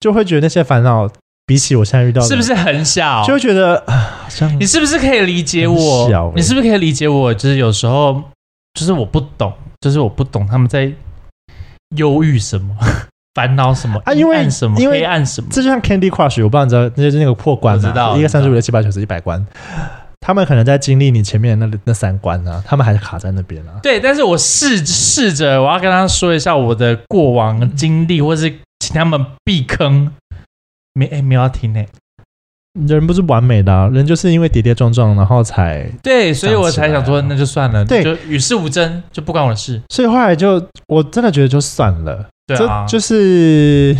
就会觉得那些烦恼比起我现在遇到 的，
是不是很小？
就会觉得啊好像
你是不是可以理解我？
很小欸
你是不是可以理解我？就是有时候，就是我不懂，就是我不懂他们在忧郁什么、 烦恼什么、
啊因为
阴暗什么、
因为
黑暗什么。
这就像 Candy Crush，我不知道你知道，那就是那个破关、啊，
我知道
一个
我知道
三十五、六七八九十、一百关，他们可能在经历你前面的那那三关啊，他们还是卡在那边啊。
对，但是我试试着，我要跟他说一下我的过往经历，或是请他们避坑。没，哎、没有要听呢、
人不是完美的、啊，人就是因为跌跌撞撞，然后才
对，所以我才想说，
想起来了
那就算了，
对
就与世无争，就不关我的事。
所以后来就我真的觉得就算了。
对啊，
这
就
就是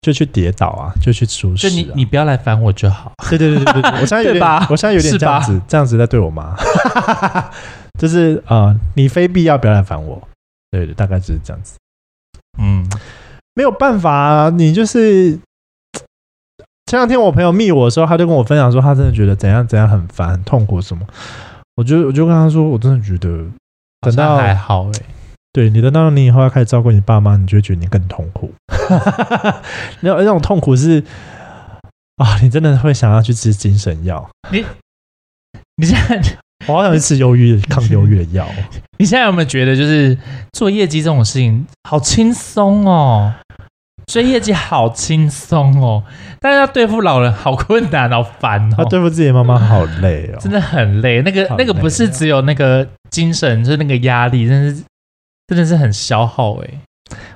就去跌倒啊，就去出事、啊。
你你不要来烦我就好。
对对对对对对，我现在有
对
点
吧，
我现在有点
是
这
吧
样子，这样子在对我妈，就是啊、呃你非必要不要来烦我。对对，大概就是这样子，
嗯，
没有办法、啊，你就是。前两天我朋友密我的时候，他就跟我分享说，他真的觉得怎样怎样很烦、很痛苦什么。我就我就跟他说，我真的觉得，
好
等
像
到
还好哎、
对你等到你以后要开始照顾你爸妈，你就会觉得你更痛苦。 那那种痛苦是啊，你真的会想要去吃精神药，
你现在
我好想去吃忧郁抗忧郁的 药。
你现在有没有觉得，就是做业绩这种事情好轻松哦？追业绩好轻松哦，但是要对付老人好困难，好烦
他
哦，
啊对付自己的妈妈好累哦，
真的很累。那个
好累
那
啊
个不是只有那个精神，就是那个压力，真是真的是很消耗哎、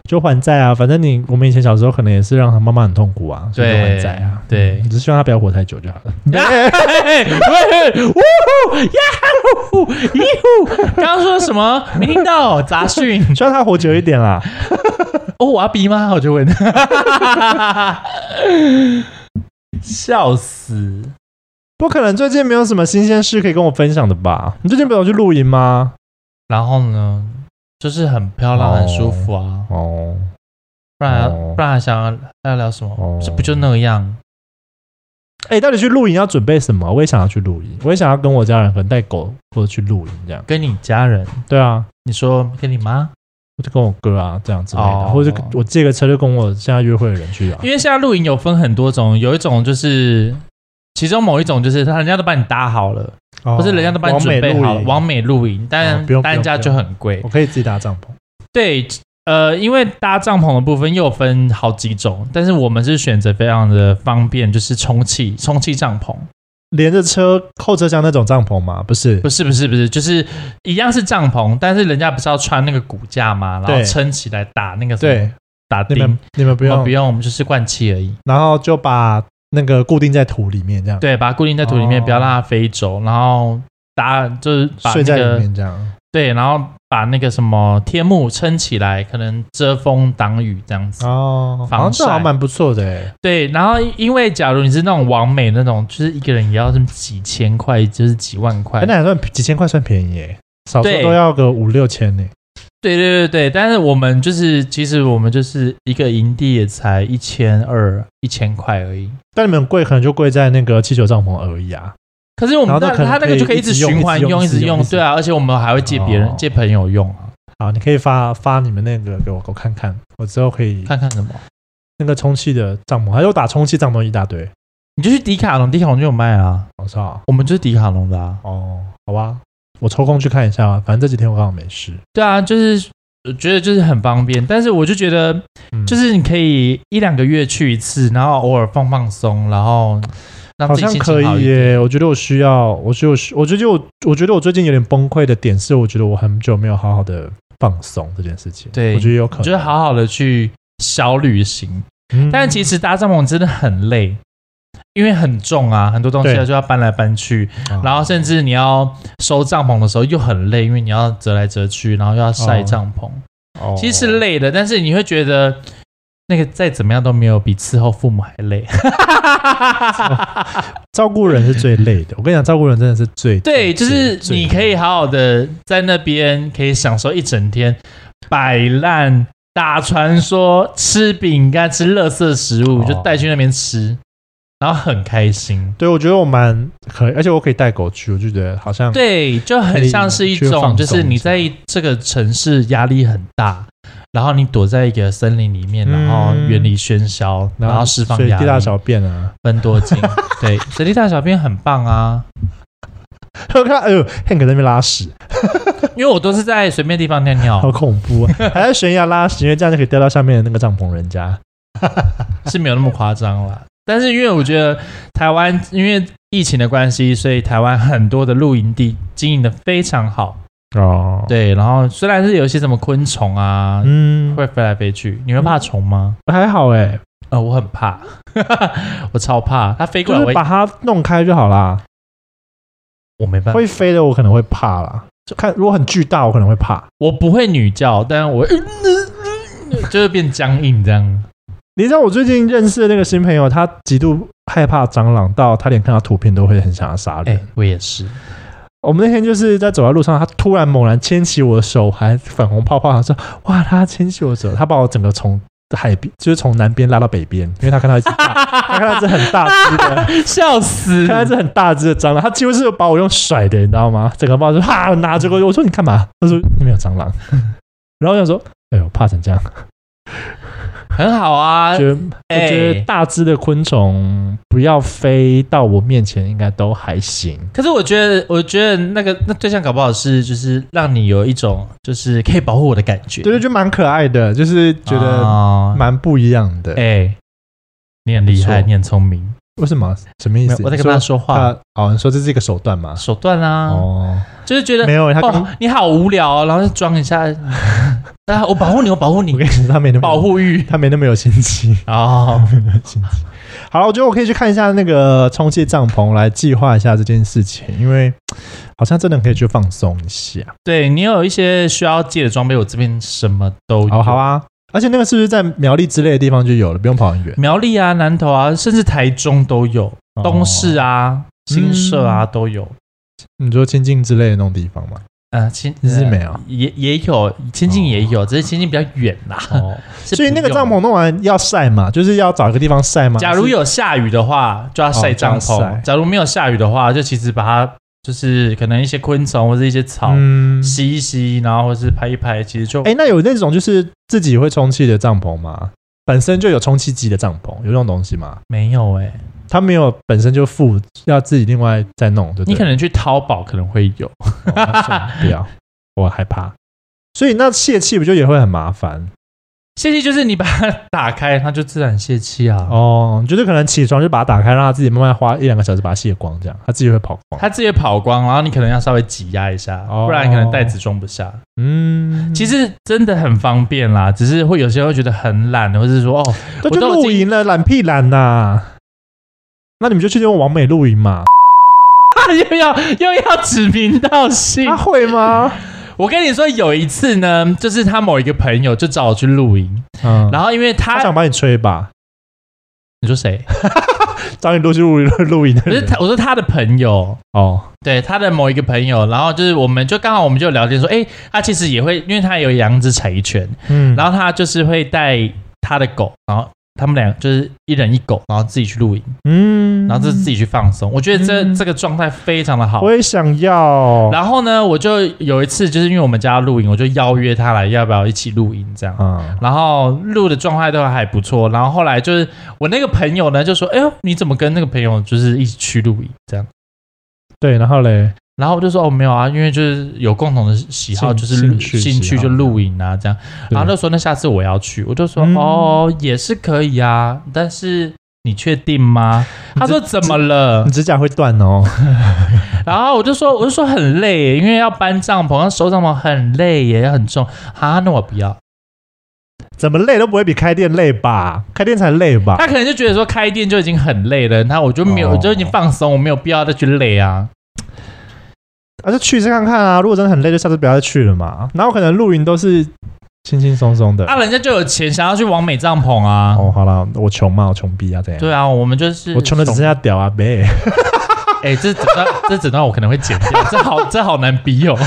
就还债啊。反正你我们以前小时候可能也是让他妈妈很痛苦啊，所以就还债啊。
对哎
你只是希望他不要活太久就好了。
嘿嘿嘿嘿哎呜呼呀呼呼咦呼！刚刚说什么？没听到杂讯
希望他活久一点啦。
哦，我要逼吗？我就问， 笑死！
不可能，最近没有什么新鲜事可以跟我分享的吧？你最近不是有去露营吗？
然后呢，就是很漂亮，
哦
很舒服啊。
哦，
不然、
哦
不然还想要还要聊什么？
哦
这不就那样？
哎、到底去露营要准备什么？我也想要去露营，我也想要跟我家人可能带狗或者去露营这样。
跟你家人，
对啊，
你说跟你妈？
我就跟我哥啊这样之类的，
哦
或者我借个车就跟我现在约会的人去啊
因。为现在露营有分很多种，有一种就是。其中某一种就是他人家都帮你搭好了，
哦
或是人家都帮你
完
准
美
备
露
好了，
营
完美露营，但
哦不用
单价
不用
就很贵
我。可以自己搭帐篷。
对，呃，因为搭帐篷的部分又有分好几种，但是我们是选择非常的方便，就是充气充气帐篷，
连着车后车厢那种帐篷吗？不是，
不是不是不是，就是一样是帐篷，但是人家不是要穿那个骨架吗？然后
对
撑起来打那个什么
对，
打
你
钉
们，你们不
哦
用，
不用，我们就是灌气而已。
然后就把那个固定在土里面这样，
对，把它固定在土里面，
哦
不要让它飞走，然后打就是把
睡
那
在里
个
面这样。
对，然后把那个什么天幕撑起来，可能遮风挡雨这样子。
哦，
防
好像这
晒
好像蛮不错的欸
对，然后因为假如你是那种完美那种，就是一个人也要这么几千块，就是几万块
哎，。那还算几千块算便宜耶，少说
对
都要个五六千呢。
对对对对，但是我们就是其实我们就是一个营地也才一千二一千块而已。
但你们贵可能就贵在那个气球帐篷而已啊。
可是我们
然后
那
它可能
他那
可
个
以
就可以
一
一直
直用
循环
一直用
用，一直
一直
用，
用
对啊，而且我们还会借别人
哦
借朋友用啊，
好，你可以发发你们那个给我，我看看，我之后可以
看看什么。
那个充气的帐篷，还有打充气帐篷一大堆，
你就去迪卡侬，迪卡侬就有卖啊。
好是吧？
我们就是迪卡侬的啊。
哦，好吧，我抽空去看一下吧，反正这几天我刚好没事。
对啊，就是我觉得就是很方便，但是我就觉得
嗯
就是你可以一两个月去一次，然后偶尔放放松，然后让
好
自己
像
心
可
情好一
以
点。
耶，我觉得我需要，我觉得我需，我觉得我，我觉得我最近有点崩溃的点是，我觉得我很久没有好好的放松这件事情。
对
我觉得有
我
可能。
觉得好好的去小旅行，
嗯
但其实搭帐篷真的很累，因为很重啊，很多东西啊
对
就要搬来搬去，
啊
然后甚至你要收帐篷的时候又很累，因为你要折来折去，然后又要晒
哦
帐篷，
哦
其实是累的，但是你会觉得那个再怎么样都没有比伺候父母还累。
照顾人是最累的。我跟你讲，照顾人真的是最
对，
最
就是
最
你可以好好的在那边可以享受一整天，摆烂、打传说、吃饼干、吃垃圾食物，
哦
就带去那边吃，然后很开心。
对，我觉得我蛮可以，而且我可以带狗去，我就觉得好像
对，就
可
很
以
像是一
去放
种，
松
就是你
一下
在这个城市压力很大，然后你躲在一个森林里面，
嗯
然后远离喧嚣，然后释放
所以
压
地大
力，
小便啊。
分多 金。对，水地大小便很棒啊，
我看，哎呦，Hank 在那边拉屎，
因为我都是在随便地方尿
好
尿，
恐怖啊！还在悬崖拉屎，因为这样就可以掉到下面的那个帐篷人家。
是没有那么夸张啦。但是因为我觉得台湾因为疫情的关系，所以台湾很多的露营地经营的非常好。
哦，，
对，然后虽然是有一些什么昆虫啊，
嗯，
会飞来飞去，你会怕虫吗？
还好哎、
呃，我很怕， 我超怕，它飞过来
就
我也
是把它弄开就好啦。
我没办法，
会飞的我可能会怕啦，就看如果很巨大我可能会怕。
我不会女叫，但我就会变僵硬这 样。
你知道我最近认识的那个新朋友，他极度害怕蟑螂，到他连看到图片都会很想要杀
哎、
人。
我也是，
我们那天就是在走在路上，他突然猛然牵起我的手，还粉红泡泡，他说：“哇，他牵起我的手，他把我整个从海边，就是从南边拉到北边，因为他看到一只大，他看到一只很大只的，
笑死！
看到一只很大只的蟑螂，他几乎是把我用甩的，你知道吗？整个抱就哈拿着过去，我说你干嘛？他说那边有蟑 螂，然后我想说，哎呦，怕成这样，
很好啊，
觉得、
哎
我觉得大只的昆虫不要飞到我面前，应该都还行。
可是我觉得，我觉得那个那对象搞不好是就是让你有一种就是可以保护我的感觉，
对对，就蛮可爱的，就是觉得
哦
蛮不一样的。
哎、你很厉害，
不错
你很聪明。
为什么？什么意
没
思
有？我在跟他
你
说话，
他哦，你说这是一个手段吗？
手段啊，
哦，
就是觉得
没有，他刚、
哦，你好无聊、哦，然后就装一 下，啊，我保护你，我保护你
我，跟你说他没那么
保护 欲
他没那么有心机。
哦，
好了，我觉得我可以去看一下那个充气帐篷，来计划一下这件事情，因为好像真的可以去放松一下。
对你有一些需要借的装备，我这边什么都有。
好好啊，而且那个是不是在苗栗之类的地方就有了，不用跑很远？
苗栗啊、南投啊，甚至台中都有，嗯东势
啊，
啊、新社啊
嗯
都有。
你说亲近之类的那种地方吗？
呃，亲
日美啊
呃也也有，亲近也有，只是亲近比较远啦。
哦，
是
所以
不
那个
用
帐篷弄完要晒嘛，就是要找一个地方晒嘛。
假如有下雨的话，就要晒帐
哦就要
篷；
晒
假如没有下雨的话，就其实把它就是可能一些昆虫或者一些草、
嗯，
吸一吸，然后或是拍一拍，其实就
哎、那有那种就是自己会充气的帐篷吗？本身就有充气机的帐篷，有这种东西吗？
没有哎、
它没有本身就附，要自己另外再弄，对不对？
你可能去淘宝可能会有，
哦那算了不要，我害怕。所以那泄气不就也会很麻烦
泄气就是你把它打开，它就自然泄气啊。
哦？就是可能起床就把它打开，让它自己慢慢花一两个小时把它卸光，这样它自己会跑光。
它自己跑光，然后你可能要稍微挤压一下，
哦
不然可能袋子装不下。
嗯，
其实真的很方便啦，只是会有些人会觉得很懒，或者是说哦，
都
我
去
都已
露
经
营了，懒屁懒呐、那你们就去用完美露营嘛？
又要又要指名道姓
他、。啊会吗？
我跟你说，有一次呢，就是他某一个朋友就找我去露营，
嗯，
然后因为他
他想把你吹吧，
你说谁？
找你录去露营露营的
不是
人
他，我说他的朋友，
哦，
对他的某一个朋友，然后就是我们就刚好我们就聊天说，哎，他其实也会，因为他有养只柴犬，
嗯
然
后
后他就是会带他的狗，然后他们俩就是一人一狗，然后自己去露营，
嗯
然后就是自己去放松。我觉得这、
嗯
这个状态非常的好
我。也想要，
然后呢，我就有一次就是因为我们家露营，我就邀约他来，要不要一起露营这样。
啊，
然后录的状态都还不错，然后后来就是我那个朋友呢就说：“哎呦，你怎么跟那个朋友就是一起去露营这样
对，然后嘞，？”
然后我就说：“哦，没有啊，因为就是有共同的喜好，
兴
就是
兴趣
兴
喜
趣
好
就露营啊这样。”然后他
对
就说：“那下次我要去。”我就说：“
嗯
哦，也是可以啊，但是你确定吗？”
你
他
这
说：“怎么了
你指甲会断哦，？”
然后我就说：“我就说很累，因为要搬帐篷，要收帐篷很累耶，也很重啊。那我不要。”
怎么累都不会比开店累吧？开店才累吧？
他可能就觉得说开店就已经很累了，那我就没有，
啊哦
我就已经放松，我没有必要再去累啊。
啊，就去一次看看啊，如果真的很累，就下次不要再去了嘛。然后可能露营都是轻轻松松的。
啊，人家就有钱想要去完美帐篷啊。
哦，好啦，我穷嘛，我穷逼啊，这样？
对啊，我们就是
我穷的只剩下屌啊，呗。
哎、这整段 这整段我可能会剪掉， 这好这好难逼 哦。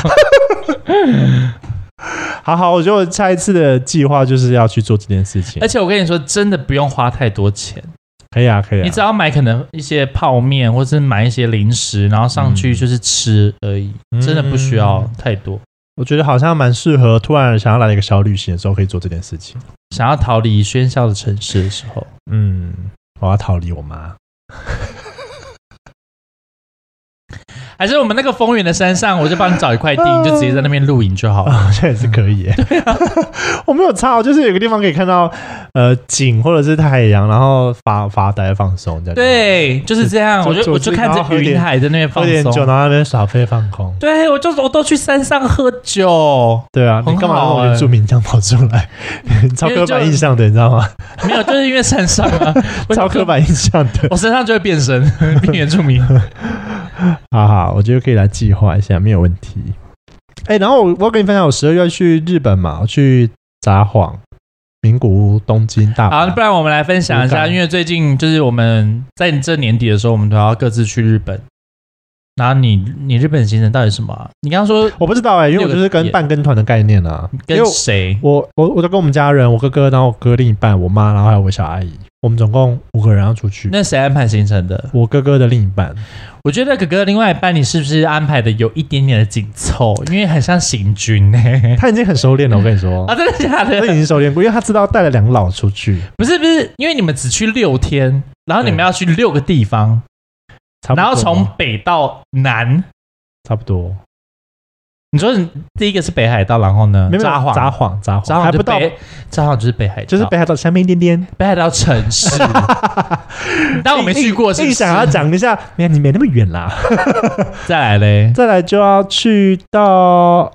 好好，我觉得我下一次的计划就是要去做这件事情
而。且我跟你说，真的不用花太多钱，
可以啊，可以啊。
你只要买可能一些泡面，或是买一些零食，然后上去
嗯
就是吃而已，真的不需要
嗯
太多。
我觉得好像蛮适合，突然想要来一个小旅行的时候可以做这件事情。
想要逃离喧嚣的城市的时候，
嗯，我要逃离我妈。
还是我们那个风云的山上，我就帮你找一块地，你就直接在那边露营就好了。
啊，好像也是可
嗯
以耶。对啊， 我没有差，我就是有个地方可以看到呃景或者是太阳，然后发发呆放松这样。，
对，就是这样。
就
我就
就
我就看
然后喝
着
点
云海在那边
喝
放
点酒，然
松。
后在那边耍飞放空。
对，我就我都去山上喝 酒，
对啊，
很
你干嘛
好
让我
欸
原住民这样跑出来？ 超刻板印象的，你知道吗？，
没有，就是因为山上啊我
超刻，板印象的。
我身上就会变身， 变原住民。
好好，我觉得可以来计划一下，没有问题。哎、然后我我要跟你分享，我十二月去日本嘛，我去札幌、名古屋、东京、大
好，
阪。
啊不然我们来分享一
无
下，
感
因为最近就是我们在这年底的时候，我们都要各自去日本。然后你你日本行程到底什么啊、你刚刚说
我不知道哎、因为我就是
六
跟
个
半跟团的概念啊，因为
跟谁？
我我我都跟我们家人，我哥哥，然后我哥另一半，我妈，然后还有我小阿姨，我们总共五个人要出去。
那谁安排行程的？
我哥哥的另一半，
我觉得哥哥另外一半你是不是安排的有一点点的紧凑，因为很像行军呢、
他已经很收敛了，我跟你说
啊，，真的假
他
的
已？经收敛过，因为他知道带了两老出去，
不是不是，因为你们只去六天，然后你们
对
要去六个地方，
差不多
然后从北到南。
差不多，
你说你第一个是北海道，然后呢？
没有
札幌，
札幌，札幌，
札幌
还
就
不到，
北，札幌就是北海道，
就是北海道下面一点点。
北海道城 市。但我没去过，是不
硬
是
想要讲一下，没你没那么远啦。
再来嘞。
再来就要去到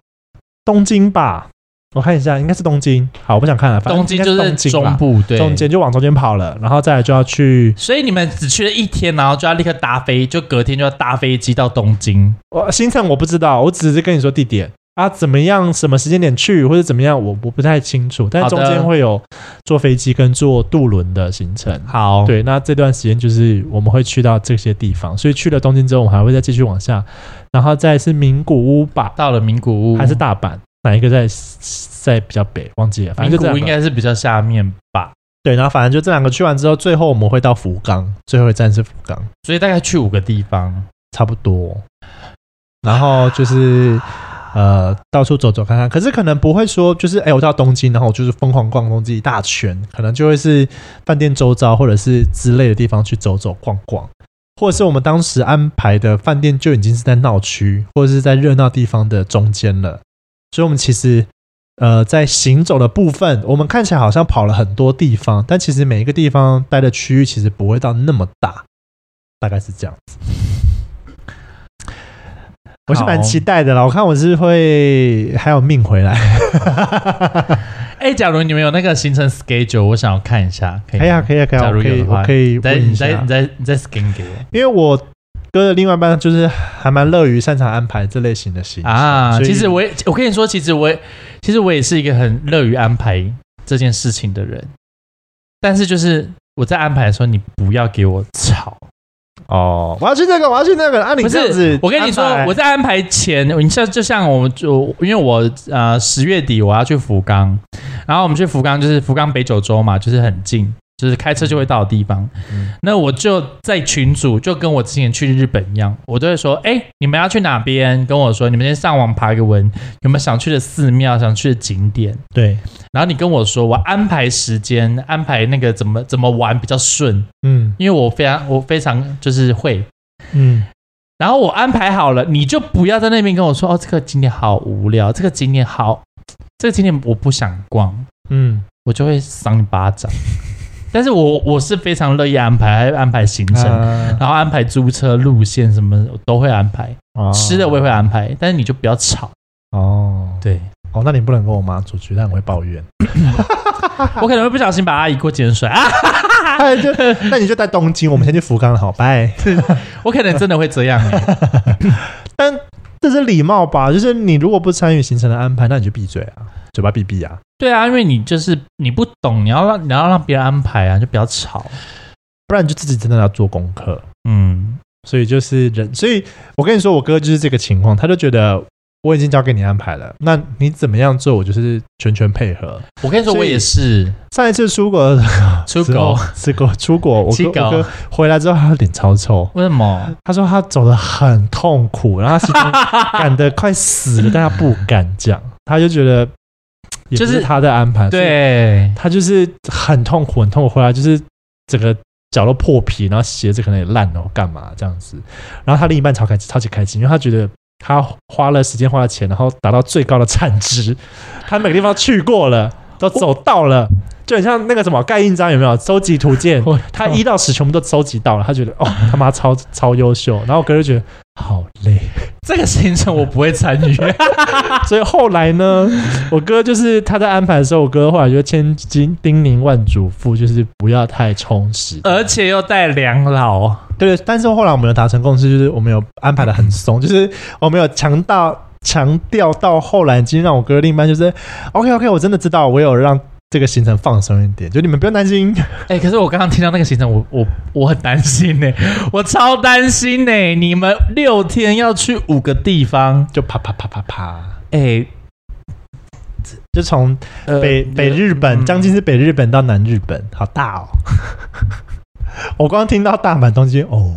东京吧，我看一下，应该是东京。好，我不想看了，反正
东京就
应该
是
东京
中
啦
部，对，
中间就往中间跑了，然后再来就要去，
所以你们只去了一天，然后就要立刻搭飞，就隔天就要搭飞机到东京。
我行程我不知道，我只是跟你说地点啊，怎么样，什么时间点去或者怎么样，我我不太清楚，但
好的
中间会有坐飞机跟坐渡轮的行程。
好，
对，那这段时间就是我们会去到这些地方，所以去了东京之后，我们还会再继续往下，然后再是名古屋吧，
到了名古屋
还是大阪，哪一个在在比较北？忘记了，反
名
正就
古
这
屋
两
应
个。
该是比较下面吧，
对，然后反正就这两个去完之后，最后我们会到福冈，最后一站是福冈，
所以大概去五个地方。
差不多。然后就是呃到处走走看看，可是可能不会说就是哎、我到东京，然后我就是疯狂逛东京一大圈，可能就会是饭店周遭或者是之类的地方去走走逛逛。或者是我们当时安排的饭店就已经是在闹区，或者是在热闹地方的中间了，所以我们其实呃，在行走的部分，我们看起来好像跑了很多地方，但其实每一个地方待的区域其实不会到那么大，大概是这样子。我是蛮期待的啦，我看我是会还有命回来。
哎、假如你们有那个行程 schedule，我想要看一下，可以吗？
可以啊，可
哎
以啊，可以啊，
假
我
如
可
有
以，
的话
我可以
你再
问一
你
下
再你再你再 scan 给我
因为我哥的另外一半就是还蛮乐于擅长安排这类型的行程
啊！
所以
其实我也，我跟你说，其实我也，其实我也是一个很乐于安排这件事情的人，但是就是我在安排的时候，你不要给我吵。
哦，我要去那个，我要去那个，啊，你
不
这样
是
子，，
我跟你说，我在安排前，你像就像我们就因为我呃十月底我要去福冈，然后我们去福冈就是福冈北九州嘛，就是很近，就是开车就会到的地方。
嗯
那我就在群组就跟我之前去日本一样，我都会说，哎、你们要去哪边？跟我说，你们先上网爬个文，有没有想去的寺庙、想去的景点？
对，
然后你跟我说，我安排时间，安排那个怎么怎么玩比较顺，
嗯
因为我非常我非常就是会。
嗯，
然后我安排好了，你就不要在那边跟我说哦，这个景点好无聊，这个景点好，这个景点我不想逛，
嗯，
我就会赏你巴掌。 但是我我是非常乐意安排，还安排行程，
啊
然后安排租车路线什么的我都会安排，
哦
吃的我也会安排，但是你就不要吵。
哦
对
哦，那你不能跟我妈出去，但我会 抱怨。
我可能会不小心把阿姨过肩摔 啊，
哎，就那你就在东京，我们先去福冈，好，拜。
我可能真的会这样、 欸。
但这是礼貌吧？就是你如果不参与行程的安排，那你就闭嘴啊，嘴巴闭闭啊。
对啊，因为你就是你不懂，你要让你要让别人安排啊，就不要吵。
不然你就自己真的要做功课。
嗯，
所以就是人，所以我跟你说，我哥就是这个情况，他就觉得我已经交给你安排了，那你怎么样做，我就是全权配合。
我跟你说，
所
我
以哦
也是
上一次出国的
出
时候
狗，
出国出国，我
出
哥
国
我哥回来之后，他脸超臭，
为什么？
他说他走的很痛苦，然后他 心中赶得快死了，但他不敢讲，他就觉得也不
就是
是他的安
啊
排，所以
对，
他就是很痛苦，很痛苦，回来就是整个脚都破皮，然后鞋子可能也烂了，干嘛这样子。然后他另一半超开超级开心，因为他觉得他花了时间花了钱，然后达到最高的产值， 他每个地方去过了，都走到了。就很像那个什么盖印章有没有收集图鉴
我？
他一到十全部都收集到了，他觉得哦他妈超超优秀。然后我哥就觉得好累，
这个行程我不会参 与。
所以后来呢，我哥就是他在安排的时候，我哥后来就千金叮咛万嘱咐，就是不要太充实。
而且又带两老，
呃对，但是后来我们有达成共识，就是我们有安排的很松，就是我们有强到强调到后来，今天让我哥另一半就是 OK OK，我真的知道，我有让这个行程放松一点，就你们不用担心。
哎、可是我刚刚听到那个行程，我我我很担心呢、我超担心呢、你们六天要去五个地方，
就啪啪啪啪啪，
哎、
就从
呃嗯
北、北日本，将近是北日本到南日本，好大哦。 我刚刚听到大阪东京哦，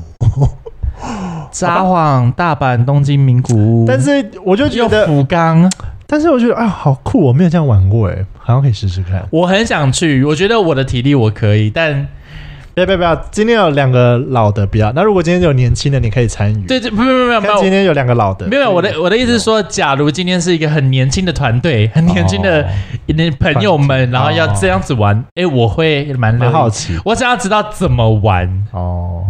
札幌、大阪、东京、名古屋，
但是我就觉
又
得，
福冈，
但是我觉得哎，好酷，我没有这样玩过哎，好像可以试试看。
我很想去。我觉得我的体力我可以，但
不要不要不要，今天有两个老的不要，那如果今天有年轻的，你可以参与。
对对，不不不
看
不不。
今天有两个老的，
没有，我的我的意思是说，假如今天是一个很年轻的团队，很年轻的
哦
你朋友们，然后要这样子玩，哎、我会蛮乐
蛮
意
好奇
我想要知道怎么玩。
哦。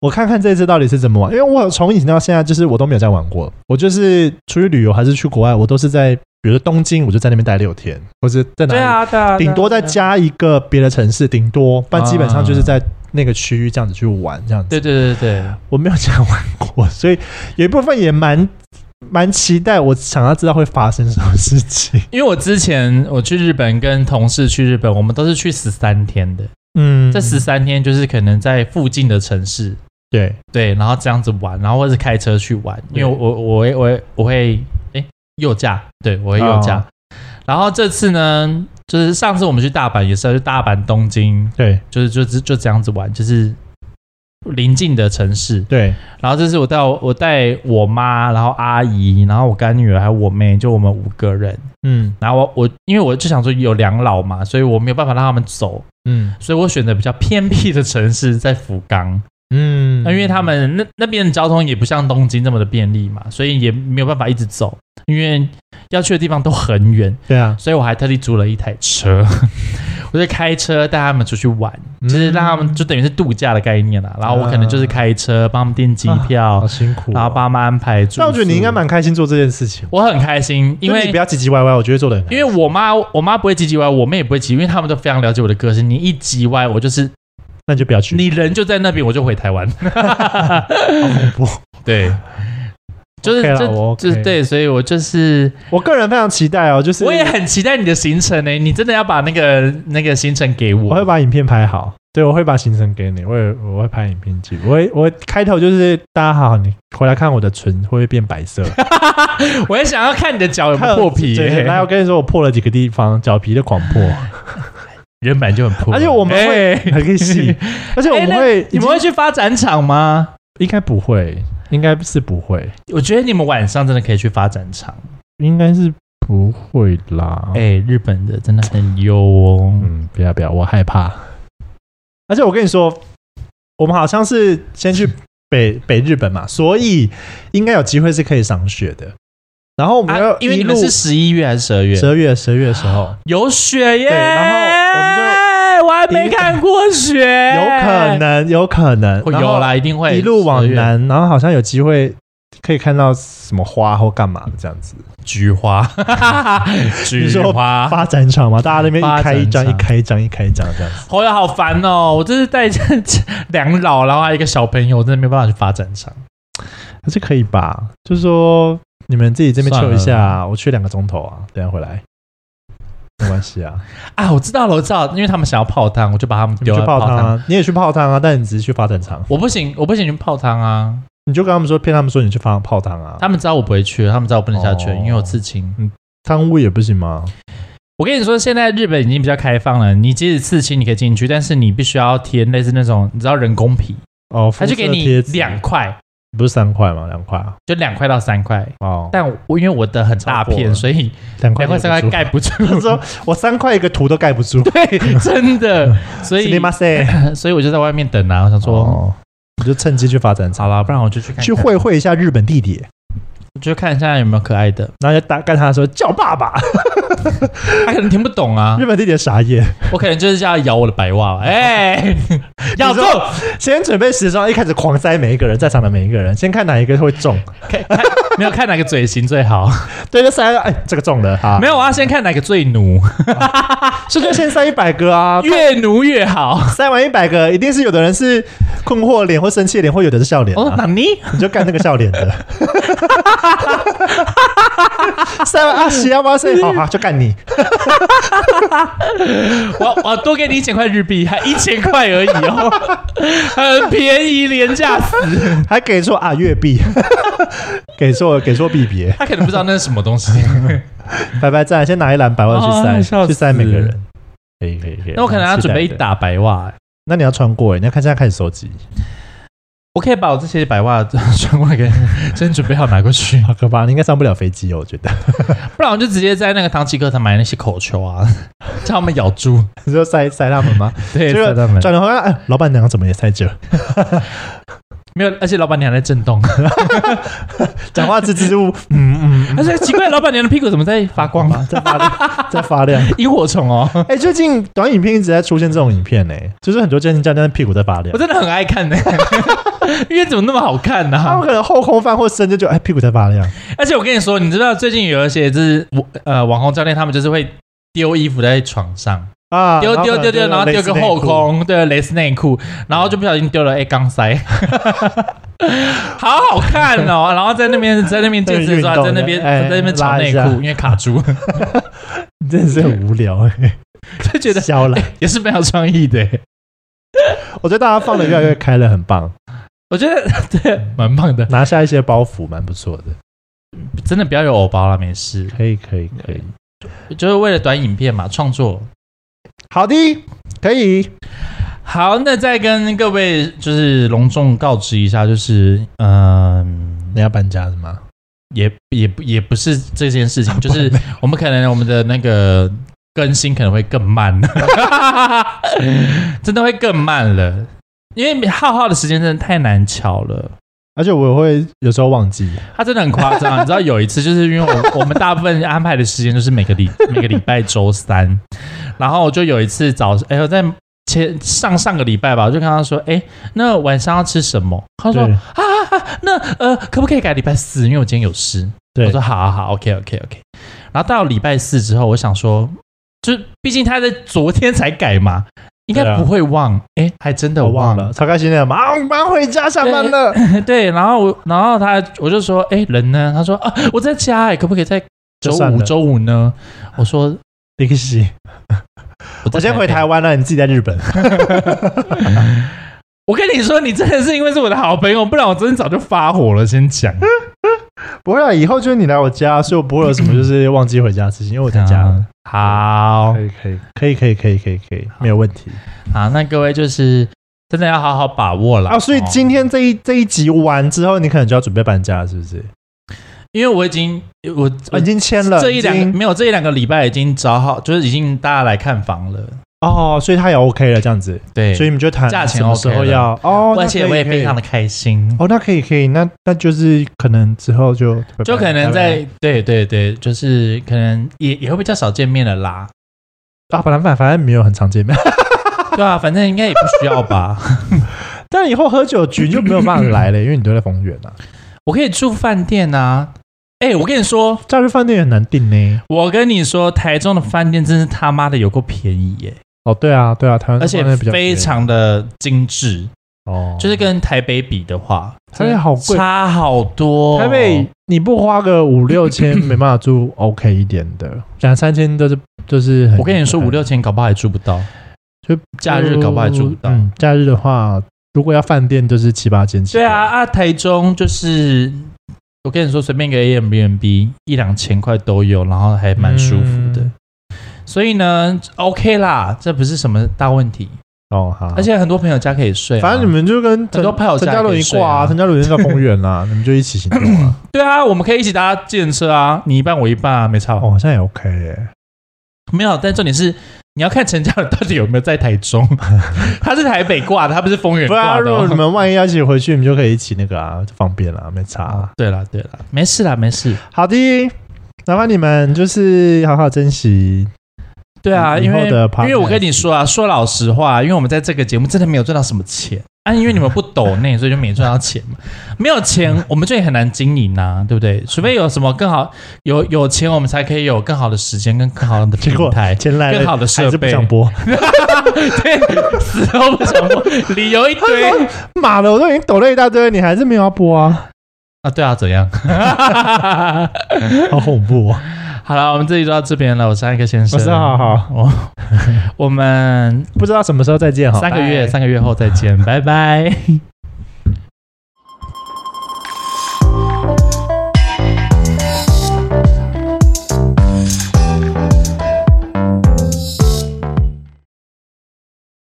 我看看这次到底是怎么玩，因为我从以前到现在，就是我都没有这样玩过。我就是出去旅游还是去国外，我都是在，比如说东京，我就在那边待六天，或者在哪里，
对啊，对啊，啊
顶多再
在家。
加一个别的城市，顶多，但基本上就是在那个区域这样子去玩，这样子。
对对对对，
我没有这样玩过，所以有一部分也蛮蛮期待，我想要知道会发生什么事情。
因为我之前我去日本跟同事去日本，我们都是去十三天的，
嗯，
这十三天就是可能在附近的城市，
对
对，然后这样子玩，然后或者是开车去玩，因为
对
我我我会我会我会哎右驾，对我会右驾。
哦
然后这次呢，就是上次我们去大阪也是啊，就大阪、东京，
对，
就是就就就这样子玩，就是邻近的城市，
对，
然后这是我带我我带我妈，然后阿姨，然后我干女儿还有我妹，就我们五个人。
嗯
然后我我因为我就想说有两老嘛，所以我没有办法让他们走，
嗯
所以我选择比较偏僻的城市，在福冈。
嗯，
那因为他们那那边的交通也不像东京这么的便利嘛，所以也没有办法一直走，因为要去的地方都很远，
对啊，
所以我还特地租了一台车， 我就开车带他们出去玩，
嗯
就是让他们就等于是度假的概念啦。然后我可能就是开车帮他们订机
好
票，
辛苦哦，
然后帮他们安排住宿。
那我觉得你应该蛮开心做这件事情，
我很开心，因
就你
为
不要唧唧歪歪，我觉得做的很好
因为我妈我妈不会唧唧歪，我妹也不会唧，因为他们都非常了解我的个性。你一唧歪，我就是
那你就不要去，
你人就在那边，我就回台湾。
哦不，
对， 就是
OK 啦
这
我
就是
OK
对，所以我就是
我个人非常期待哦，就是
我也很期待你的行程呢、你真的要把那个那个行程给
我
我
会。把影片拍好，对我会把行程给你，我也我会拍影片记录，我会我会开头就是大家好，你回来看我的唇会不会变白色，
我也想要看你的脚有没
看
有
我
破皮、
对对
欸，
来我跟你说，我破了几个地方，脚皮的狂 破，
原本就很破。
而且我们会
哎
还可以洗，而且我们
哎
会
你
已
们
经
会去发展场吗？
应该不会，应该是不会，
我觉得你们晚上真的可以去发展场。
应该是不会啦
哎、。日本的真的很优哦。
嗯，不要不要，我害怕。而且我跟你说，我们好像是先去北 北日本嘛，所以应该有机会是可以赏雪的。然后我们要、
啊，因为你们是十一月还是十二月？
十二月十二月的时候，
有雪耶！
对然后
我还没看过雪，
有可能哦有可能
会有，啦，一定
然后
会
一路往
12月，
南，然后好像有机会可以看到什么花或干嘛的这样子。
菊 花，菊
说
花。
发展场嘛，大家那边一开一张，
啊嗯发展场
一开一张，一开一张这样子。
好呀，好烦哦！我这是带着 两老，然后还有一个小朋友，我真的没办法去发展场。
还是可以吧？就是说你们自己这边
算
求
了
一下，我去两个钟头啊，等一下回来，没关 系啊，
啊，我知道了，我知道，因为他们想要泡汤，我就把他们
你
丢
们
到
去泡汤啊，你也去泡汤啊，但你只是去发展场，
我不行，我不行去泡汤啊！
你就跟他们说，骗他们说你去发泡汤啊，
他们知道我不会去，他们知道我不能下去，
哦
因为我刺青。
汤屋也不行吗？
我跟你说，现在日本已经比较开放了，你即使刺青你可以进去，但是你必须要贴类似那种你知道人工皮，
哦，
他就给
肤色
你
贴纸
两，块，
不是三块吗？两块啊，
就两块到三块。
哦，
但我因为我的很大
超过
片，
了
所以
嗯两块
两块三块盖不住。
不 住。他说我三块一个图都盖不住，
对，真的，所
你
以
妈塞，
所以我就在外面等啊，我想说，
哦，你就趁机去发展
好
场，
啦，不然我就去看看
去，会会一下日本地铁，
就看一下有没有可爱的。
然后就打干他说叫爸爸，
他可能听不懂啊
日，本地铁傻眼。
我可能就是要咬我的白袜吧。 哎，咬中，
先准备时装，一开始狂塞每一个人在场的每一个人，先看哪一个会中。
看看没有看哪个嘴型最 好，
对，就塞，哎，这个中了哈。
没有，我要先看哪个最 奴，
是就先塞一百个啊。
越奴越好。
塞完一百个，一定是有的人是困惑脸或生气脸，或有的是笑脸、
哦，
啊。
哪尼？
你就干那个笑脸的。塞完啊，行啊，哇塞，好好就干你。
我我多给你一千块日币，还一千块而已 哦，很便宜，廉价死。
还给错啊，月币， 给错给错币别。
他可能不知道那是什么东西。
拜拜赞，先拿一篮百万
哦
去塞，
笑
去塞
死
每个人。可以可以可以。
那我可能要
期
准
待
备一
的。
打白袜、欸
那你要穿过哎，你要看现在开始收集。
我可以把我这些白袜 穿过来给，先准备好拿过去，
好可怕，你应该上不了飞机哦，我觉得。
不然我就直接在那个唐吉诃德买那些口球啊，叫他们咬 住，
你说塞塞他们 吗？
对，
就是
塞他们
转头看，哎，老板娘怎么也塞这？
没有，而且老板娘还在震动，
讲话支支吾吾，嗯 嗯，
而且奇怪，老板娘的屁股怎么在发光啊？
吗？ 在发亮，在发 亮。
萤火虫哦，
哎，最近短影片一直在出现这种影片呢，欸就是很多健身教练的屁股在发亮
我。真的很爱看呢、 因为怎么那么好看呢、
他们可能后空翻或伸就就哎屁股在发亮，
而且我跟你说，你知道最近有一些就是我呃网红教练，他们就是会丢衣服在床上，
啊，
丢丢丢丢，然后丢个后，空，对，蕾丝内裤，然后就不小心丢了哎钢 塞，好好看 哦。然后在那边在那边健身的时候，在那边
哎
在那边藏内
拉一下
裤，因为卡住，
真的是很无聊哎，
就 觉得
消了。
也是非常创意 的。
我觉得大家放的越来越开了，很棒，
我觉得对，蛮棒的，
拿下一些包袱，蛮不错的。
真的不要有偶包了，没事，
可以可以可以，
就是为了短影片嘛，创作。
好的，可以。
好，那再跟各位就是隆重告知一下，就是嗯，
你要搬家是吗？
也也不也不是这件事 情，就是我们可能我们的那个更新可能会更 慢，真的会更慢了，因为浩浩的时间真的太难巧了。
而且我会有时候忘记，
他真的很夸张，你知道有一次，就是因为我 我们大部分安排的时间就是每个礼 每个礼拜周三，然后我就有一次早，哎、我在前上上个礼拜吧，我就跟他说，哎、那晚上要吃什么？他说
对
啊，那呃，可不可以改礼拜四？因为我今天有事。
对
我说好好好，OK OK OK。然后到礼拜四之后，我想说，就是毕竟他在昨天才改嘛，应
对
该
啊
不会忘。哎、还真的
我
忘
忘了，超开心的，马上马上回家上班了。
对，然后我，然后他，我就说，哎、人呢？他说啊，我在家、哎，可不可以在周
就算
五
了
周五呢？我说，
林夕，
我在
我先回
北
台。湾了，你自己在 日本。
我跟你说，你真的是因为是我的好朋友，不然我真的早就发火了。先 讲，
不会啊，以后就是你来我家，所以我不会有什么就是忘记回家的事情，因为我在家了。
嗯好
以 可以可以可以可以可以可以，没有问题
好，那各位就是真的要好好把握哦了
啊。所以今天这一这一集完之后，你可能就要准备搬家了，是不是？
因为我已经我
啊、已经签了，
这一两
已
个
经
没有这一两个礼拜已经找好，就是已经大家来看房了。
哦，所以他也 OK 了，这样子，
对，
所以你们就谈
价钱
什么时
OK
候
了
要哦，那
而且
可以
我也
可以
非常的开心。
哦，那可以可以，那那就是可能之后就拜拜
就可能
拜
在对对对，就是可能也也会比较少见面了啦。
拜啊，反正反正没有很常见面，
对啊，反正应该也不需要吧。
但以后喝酒局就没有办法来了，因为你都在丰原 啊，
我可以住饭店啊。哎、我跟你说，
假日饭店也很难订呢。
我跟你说，台中的饭店真是他妈的有够便宜耶、
哦，对啊，对啊，台湾
而且
饭店比较便宜
非常的精致，
哦，
就是跟台北比的话，
台北好贵
差好多。哦
台北你不花个五六千没办法住 OK 一点的，两三千都是就是很。
我跟你说，五六千搞不好还住不到，
就
假日搞不好还住不到。
嗯，假日的话，如果要饭店就是七八千起。
对啊，，啊，台中就是我跟你说，随便一个 a m b n b 一两千块都有，然后还蛮舒服的。
嗯
所以呢，OK 啦，这不是什么大问题，
哦好，
而且很多朋友家可以睡啊、
反正你们就跟
很多朋友
陈
家
嘉
也可
伦
以
一
睡
挂
啊
啊，陈嘉伦在丰原啦， 你们就一起行动啊。
对啊，我们可以一起搭电车啊，你一半我一半啊，没差吧？
哦，好像也 OK 耶。
没有，但重点是你要看陈家人到底有没有在台 中，他是台北挂的，他不是丰原
不然啊
挂的
如
哦、
果你们万一要一起回去，你们就可以一起那个啊，就方便啦，没差啊。
对啦对啦，没事啦，没事。
好的，麻烦你们就是好好珍惜。
对啊，
嗯以
因为
后的
因为我
podcast
跟你说啊，说老实话，因为我们在这个节目真的没有赚到什么钱啊，因为你们不抖内， 所以就没赚到钱嘛。没有
嗯
钱，我们就也很难经营啊，对不对？除非有什么更好，有有钱，我们才可以有更好的时间跟更好的
结
平
果
台。
前来
更好
了
的
还
设
是不
备，
想播。
对，死都不想播，理由一 堆
妈的，我都已经抖了一大堆，你还是没有要播啊，
啊！对啊，怎 样？
好恐怖、哦！
好了，我们这里就到这边了。我是艾克先
我
生，
是好好，
我 我们
不知道什么时候再见哈，
三个月
拜
三个月后再见，拜拜。